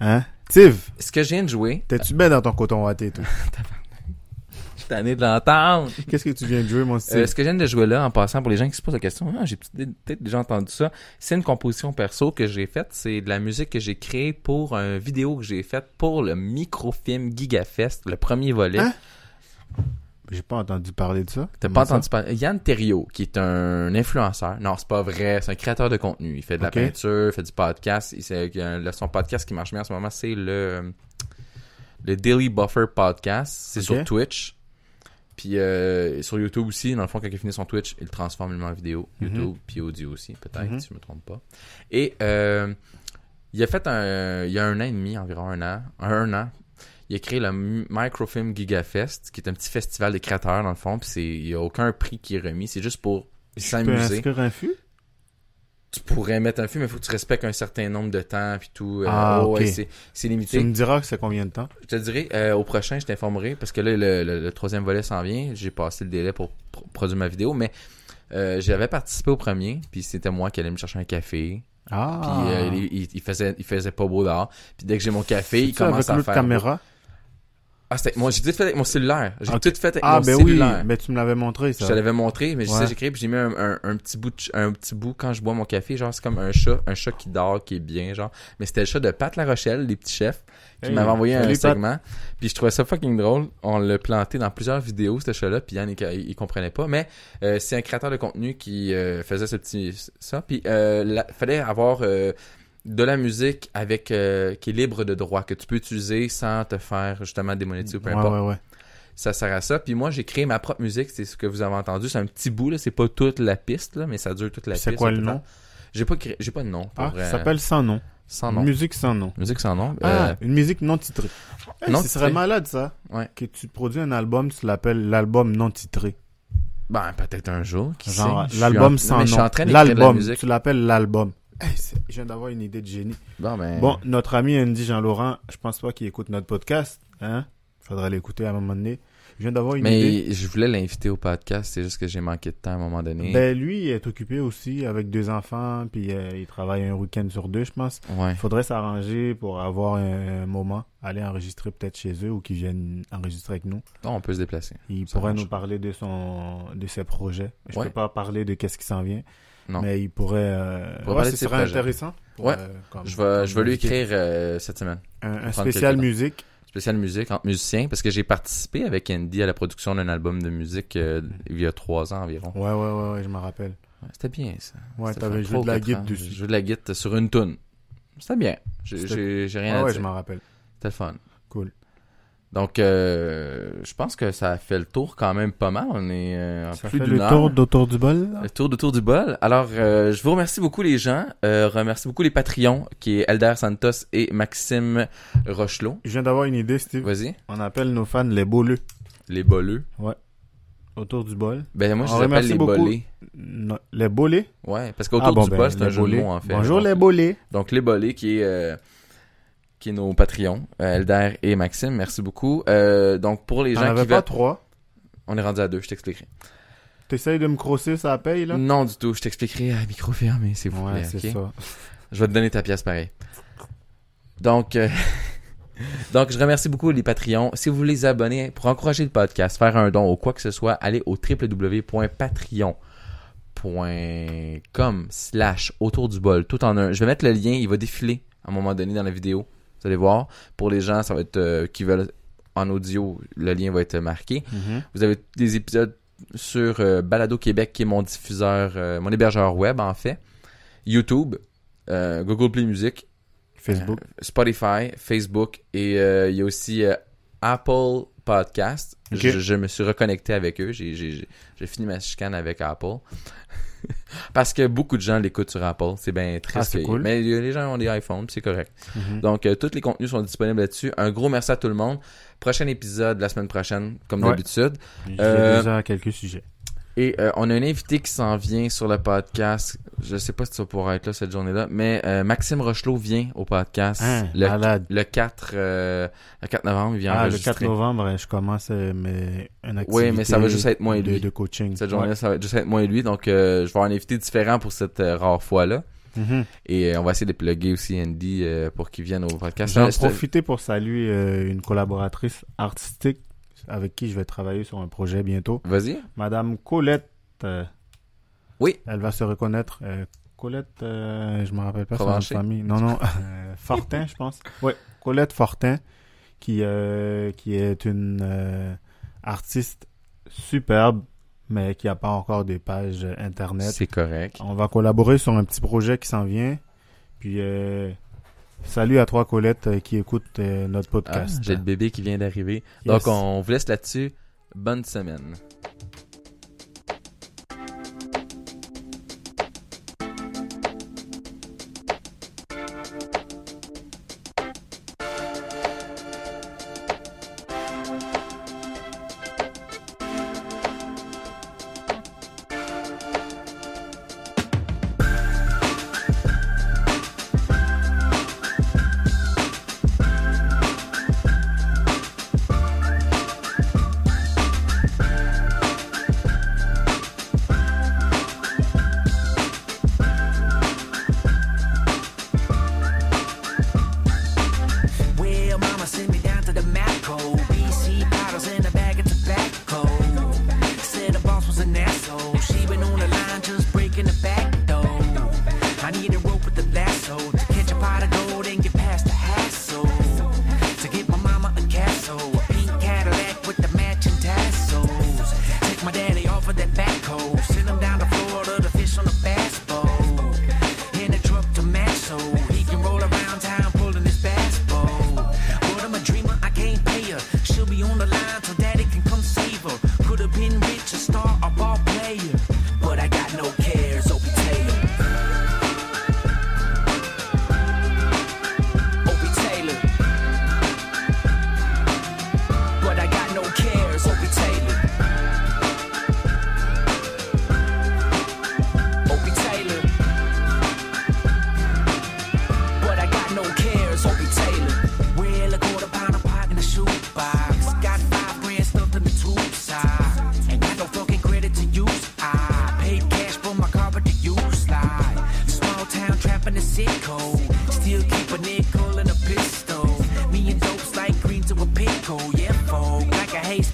Hein? Tiv, Ce que je viens de jouer, t'es-tu bien dans ton coton watté et tout? je suis tanné de l'entendre. *laughs* Qu'est-ce que tu viens de jouer, mon Steve? Euh, ce que je viens de jouer là, en passant, pour les gens qui se posent la question, Ah, j'ai peut-être peut-être déjà entendu ça, c'est une composition perso que j'ai faite. C'est de la musique que j'ai créée pour une vidéo que j'ai faite pour le microfilm GigaFest, le premier volet. Hein? J'ai pas entendu parler de ça. T'as Comment pas ça? entendu parler. Yann Thériault, qui est un influenceur. Non, c'est pas vrai. C'est un créateur de contenu. Il fait de la Ok. peinture, il fait du podcast. Il, sait qu'il y a un- le- son podcast qui marche bien en ce moment, c'est le, le Daily Buffer Podcast. C'est Ok. sur Twitch. Puis euh, sur YouTube aussi, dans le fond, quand il finit son Twitch, il le transforme en vidéo. YouTube, puis audio aussi, peut-être, Mhm. si je me trompe pas. Et euh, il a fait un. Il y a un an et demi, environ un an. Un an. Il a créé le M- Microfilm Gigafest, qui est un petit festival de créateurs, dans le fond, puis c'est- il n'y a aucun prix qui est remis. C'est juste pour Tu peux s'amuser. inscrire un fût? Tu pourrais mettre un film, mais il faut que tu respectes un certain nombre de temps, puis tout. euh, Ah, ouais, ok. c'est- c'est Tu limité. me diras que c'est combien de temps? Je te dirais, euh, au prochain, je t'informerai, parce que là, le, le- le troisième volet s'en vient. J'ai passé le délai pour pro- produire ma vidéo, mais euh, j'avais participé au premier, puis c'était moi qui allais me chercher un café. Ah! Puis euh, il, il- il faisait, il faisait pas beau dehors. Puis dès que j'ai mon café, il C'est-tu avec commence à l'autre faire. caméra? Ah, c'était- moi, j'ai tout fait avec mon cellulaire. J'ai Ok. tout fait avec Ah, mon ben cellulaire. oui, mais tu me l'avais montré, Je ça. te l'avais montré, mais je Ouais. sais, j'ai créé, puis j'ai mis un, un- un petit bout de ch- un petit bout quand je bois mon café, genre c'est comme un chat, un chat qui dort, qui est bien, genre. Mais c'était le chat de Pat La Rochelle, les petits chefs, qui Hey, m'avait envoyé un salut, Pat. segment. Puis je trouvais ça fucking drôle. On l'a planté dans plusieurs vidéos, ce chat-là, puis Yann, il, il comprenait pas. Mais euh, c'est un créateur de contenu qui euh, faisait ce petit ça. Puis euh, la- fallait avoir euh, de la musique avec euh, qui est libre de droit, que tu peux utiliser sans te faire justement démonétiser ou peu Ouais, importe ouais, ouais. ça sert à ça. Puis moi, j'ai créé ma propre musique, c'est ce que vous avez entendu. C'est un petit bout, là. C'est pas toute la piste, là, mais ça dure toute la Puis piste. c'est au quoi le total. nom? J'ai pas créé, j'ai pas de nom. Pour, Ah, euh, ça s'appelle Sans nom. Sans nom. Musique sans nom. musique sans nom. euh, Ah, une musique non titrée. Hey, non ce serait titrée. malade, ça. Ouais. Que tu produis un album, tu l'appelles l'album non titré. ben, peut-être un jour. Qui Genre, sait? Je suis l'album en- sans mais Je suis nom. en train d'écrire de la L'album, musique. tu l'appelles l'album. Hey, c'est- je viens d'avoir une idée de génie. Bon, ben. Bon, notre ami Andy Jean-Laurent, je pense pas qu'il écoute notre podcast. Hein? Faudra l'écouter à un moment donné. Je viens d'avoir une idée. mais je voulais l'inviter au podcast, c'est juste que j'ai manqué de temps à un moment donné. Ben, lui, il est occupé aussi avec deux enfants, puis euh, il travaille un week-end sur deux, je pense. ouais. Il faudrait s'arranger pour avoir un, un moment, aller enregistrer peut-être chez eux ou qu'ils viennent enregistrer avec nous. Non, on peut se déplacer. Il Ça pourrait marche. nous parler de son de ses projets. Je Ouais. peux pas parler de qu'est-ce qui s'en vient, Non. mais il pourrait. euh, On va ouais, parler de ce ses serait projets. intéressant. pour, Ouais. euh, comme- Je vais, je vais lui comme- écrire euh, cette semaine. un, un prendre spécial quelques temps. musique. spécial musique entre musiciens parce que j'ai participé avec Andy à la production d'un album de musique euh, il y a trois ans environ. Ouais, ouais, ouais, ouais, je me rappelle. Ouais, C'était bien ça. Ouais, C'était fait t'avais joué trois de ou la quatre guide ans. J'ai dessus. joué de la guitare sur une toune. C'était bien. J'ai- C'était- Ah J'ai j'ai rien Ouais, à ouais, je dire. m'en rappelle. C'était le fun. Cool. Donc, euh, je pense que ça a fait le tour quand même pas mal. On est euh, à Ça plus fait d'une le heure. tour d'autour du bol. Le Euh, tour de tour du bol. Alors, euh, je vous remercie beaucoup les gens. Euh, remercie beaucoup les Patreons, qui est Elder Santos et Maxime Rochelot. Je viens d'avoir une idée, Steve. Vas-y, On appelle nos fans les boleux. les boleux. Autour du bol. Ben moi, je On les appelle remercie les beaucoup. bolés. Non, les bolés. Ouais, parce qu'autour Ah, bon, du ben, bol, c'est les un jeu de bolés. mots, en fait. Bonjour Donc, les bolés. Donc, les bolés qui est, euh, qui est nos Patreons, euh, Elder et Maxime, merci beaucoup. Euh, donc, pour les J'en gens qui avais pas veulent... trois. On est rendu à deux, je t'expliquerai. T'essayes de me crosser, ça paye, là? Non du tout, je t'expliquerai à micro fermé, s'il vous plaît. Mm. ok? ça. Je vais te donner ta pièce pareil. Donc, euh, *laughs* donc je remercie beaucoup les Patreons. Si vous voulez les abonner pour encourager le podcast, faire un don ou quoi que ce soit, allez au www.patreon.com slash autour du bol. Tout en un. Je vais mettre le lien, il va défiler à un moment donné dans la vidéo. Vous allez voir. Pour les gens, ça va être euh, qui veulent en audio, le lien va être marqué. Vous avez des épisodes sur euh, Balado Québec, qui est mon diffuseur, euh, mon hébergeur web, en fait. YouTube, euh, Google Play Music, Facebook. Spotify, Facebook, et euh, il y a aussi euh, Apple Podcast. Ok. Je, je me suis reconnecté avec eux. J'ai- J'ai j'ai- j'ai fini ma chicane avec Apple. *laughs* Parce que beaucoup de gens l'écoutent sur Apple. C'est bien Ah, triste. c'est que- cool. Mais euh, les gens ont des iPhones, c'est correct. Mhm. Donc, euh, tous les contenus sont disponibles là-dessus. Un gros merci à tout le monde. Prochain épisode la semaine prochaine, comme Ouais. d'habitude. J'ai euh, déjà quelques sujets. Et euh, on a un invité qui s'en vient sur le podcast. Je sais pas si ça pourra être là cette journée-là, mais euh, Maxime Rochelot vient au podcast Hein, le, malade. le 4, euh, le 4 novembre. Il vient Ah, le enregistrer. 4 novembre, euh, je commence euh, mes, une activité Oui, mais ça va juste être moi et de, lui. de coaching. Cette journée-là, ça va être juste être moi et lui. Donc, euh, je vais avoir un invité différent pour cette euh, rare fois-là. Ouais. Mhm. Et euh, on va essayer de plugger aussi Andy euh, pour qu'il vienne au podcast. J'en Euh, c'est- profiter pour saluer euh, une collaboratrice artistique avec qui je vais travailler sur un projet bientôt. Vas-y. Madame Colette. euh, Oui. Elle va se reconnaître. euh, Colette, euh, je me rappelle pas son nom de Provencher. famille. Non, *laughs* non. euh, Fortin, je pense. Oui, Colette Fortin, qui, euh, qui est une euh, artiste superbe, mais qui n'a pas encore des pages euh, Internet. C'est correct. On va collaborer sur un petit projet qui s'en vient. Puis, euh, salut à toi, Colette, euh, qui écoute euh, notre Ah, podcast. J'ai le bébé qui vient d'arriver. Yes. Donc, on vous laisse là-dessus. Bonne semaine. in the city cold. Still keep a nickel and a pistol. Me and dopes like green to a pickle. Yeah, folk, like a haze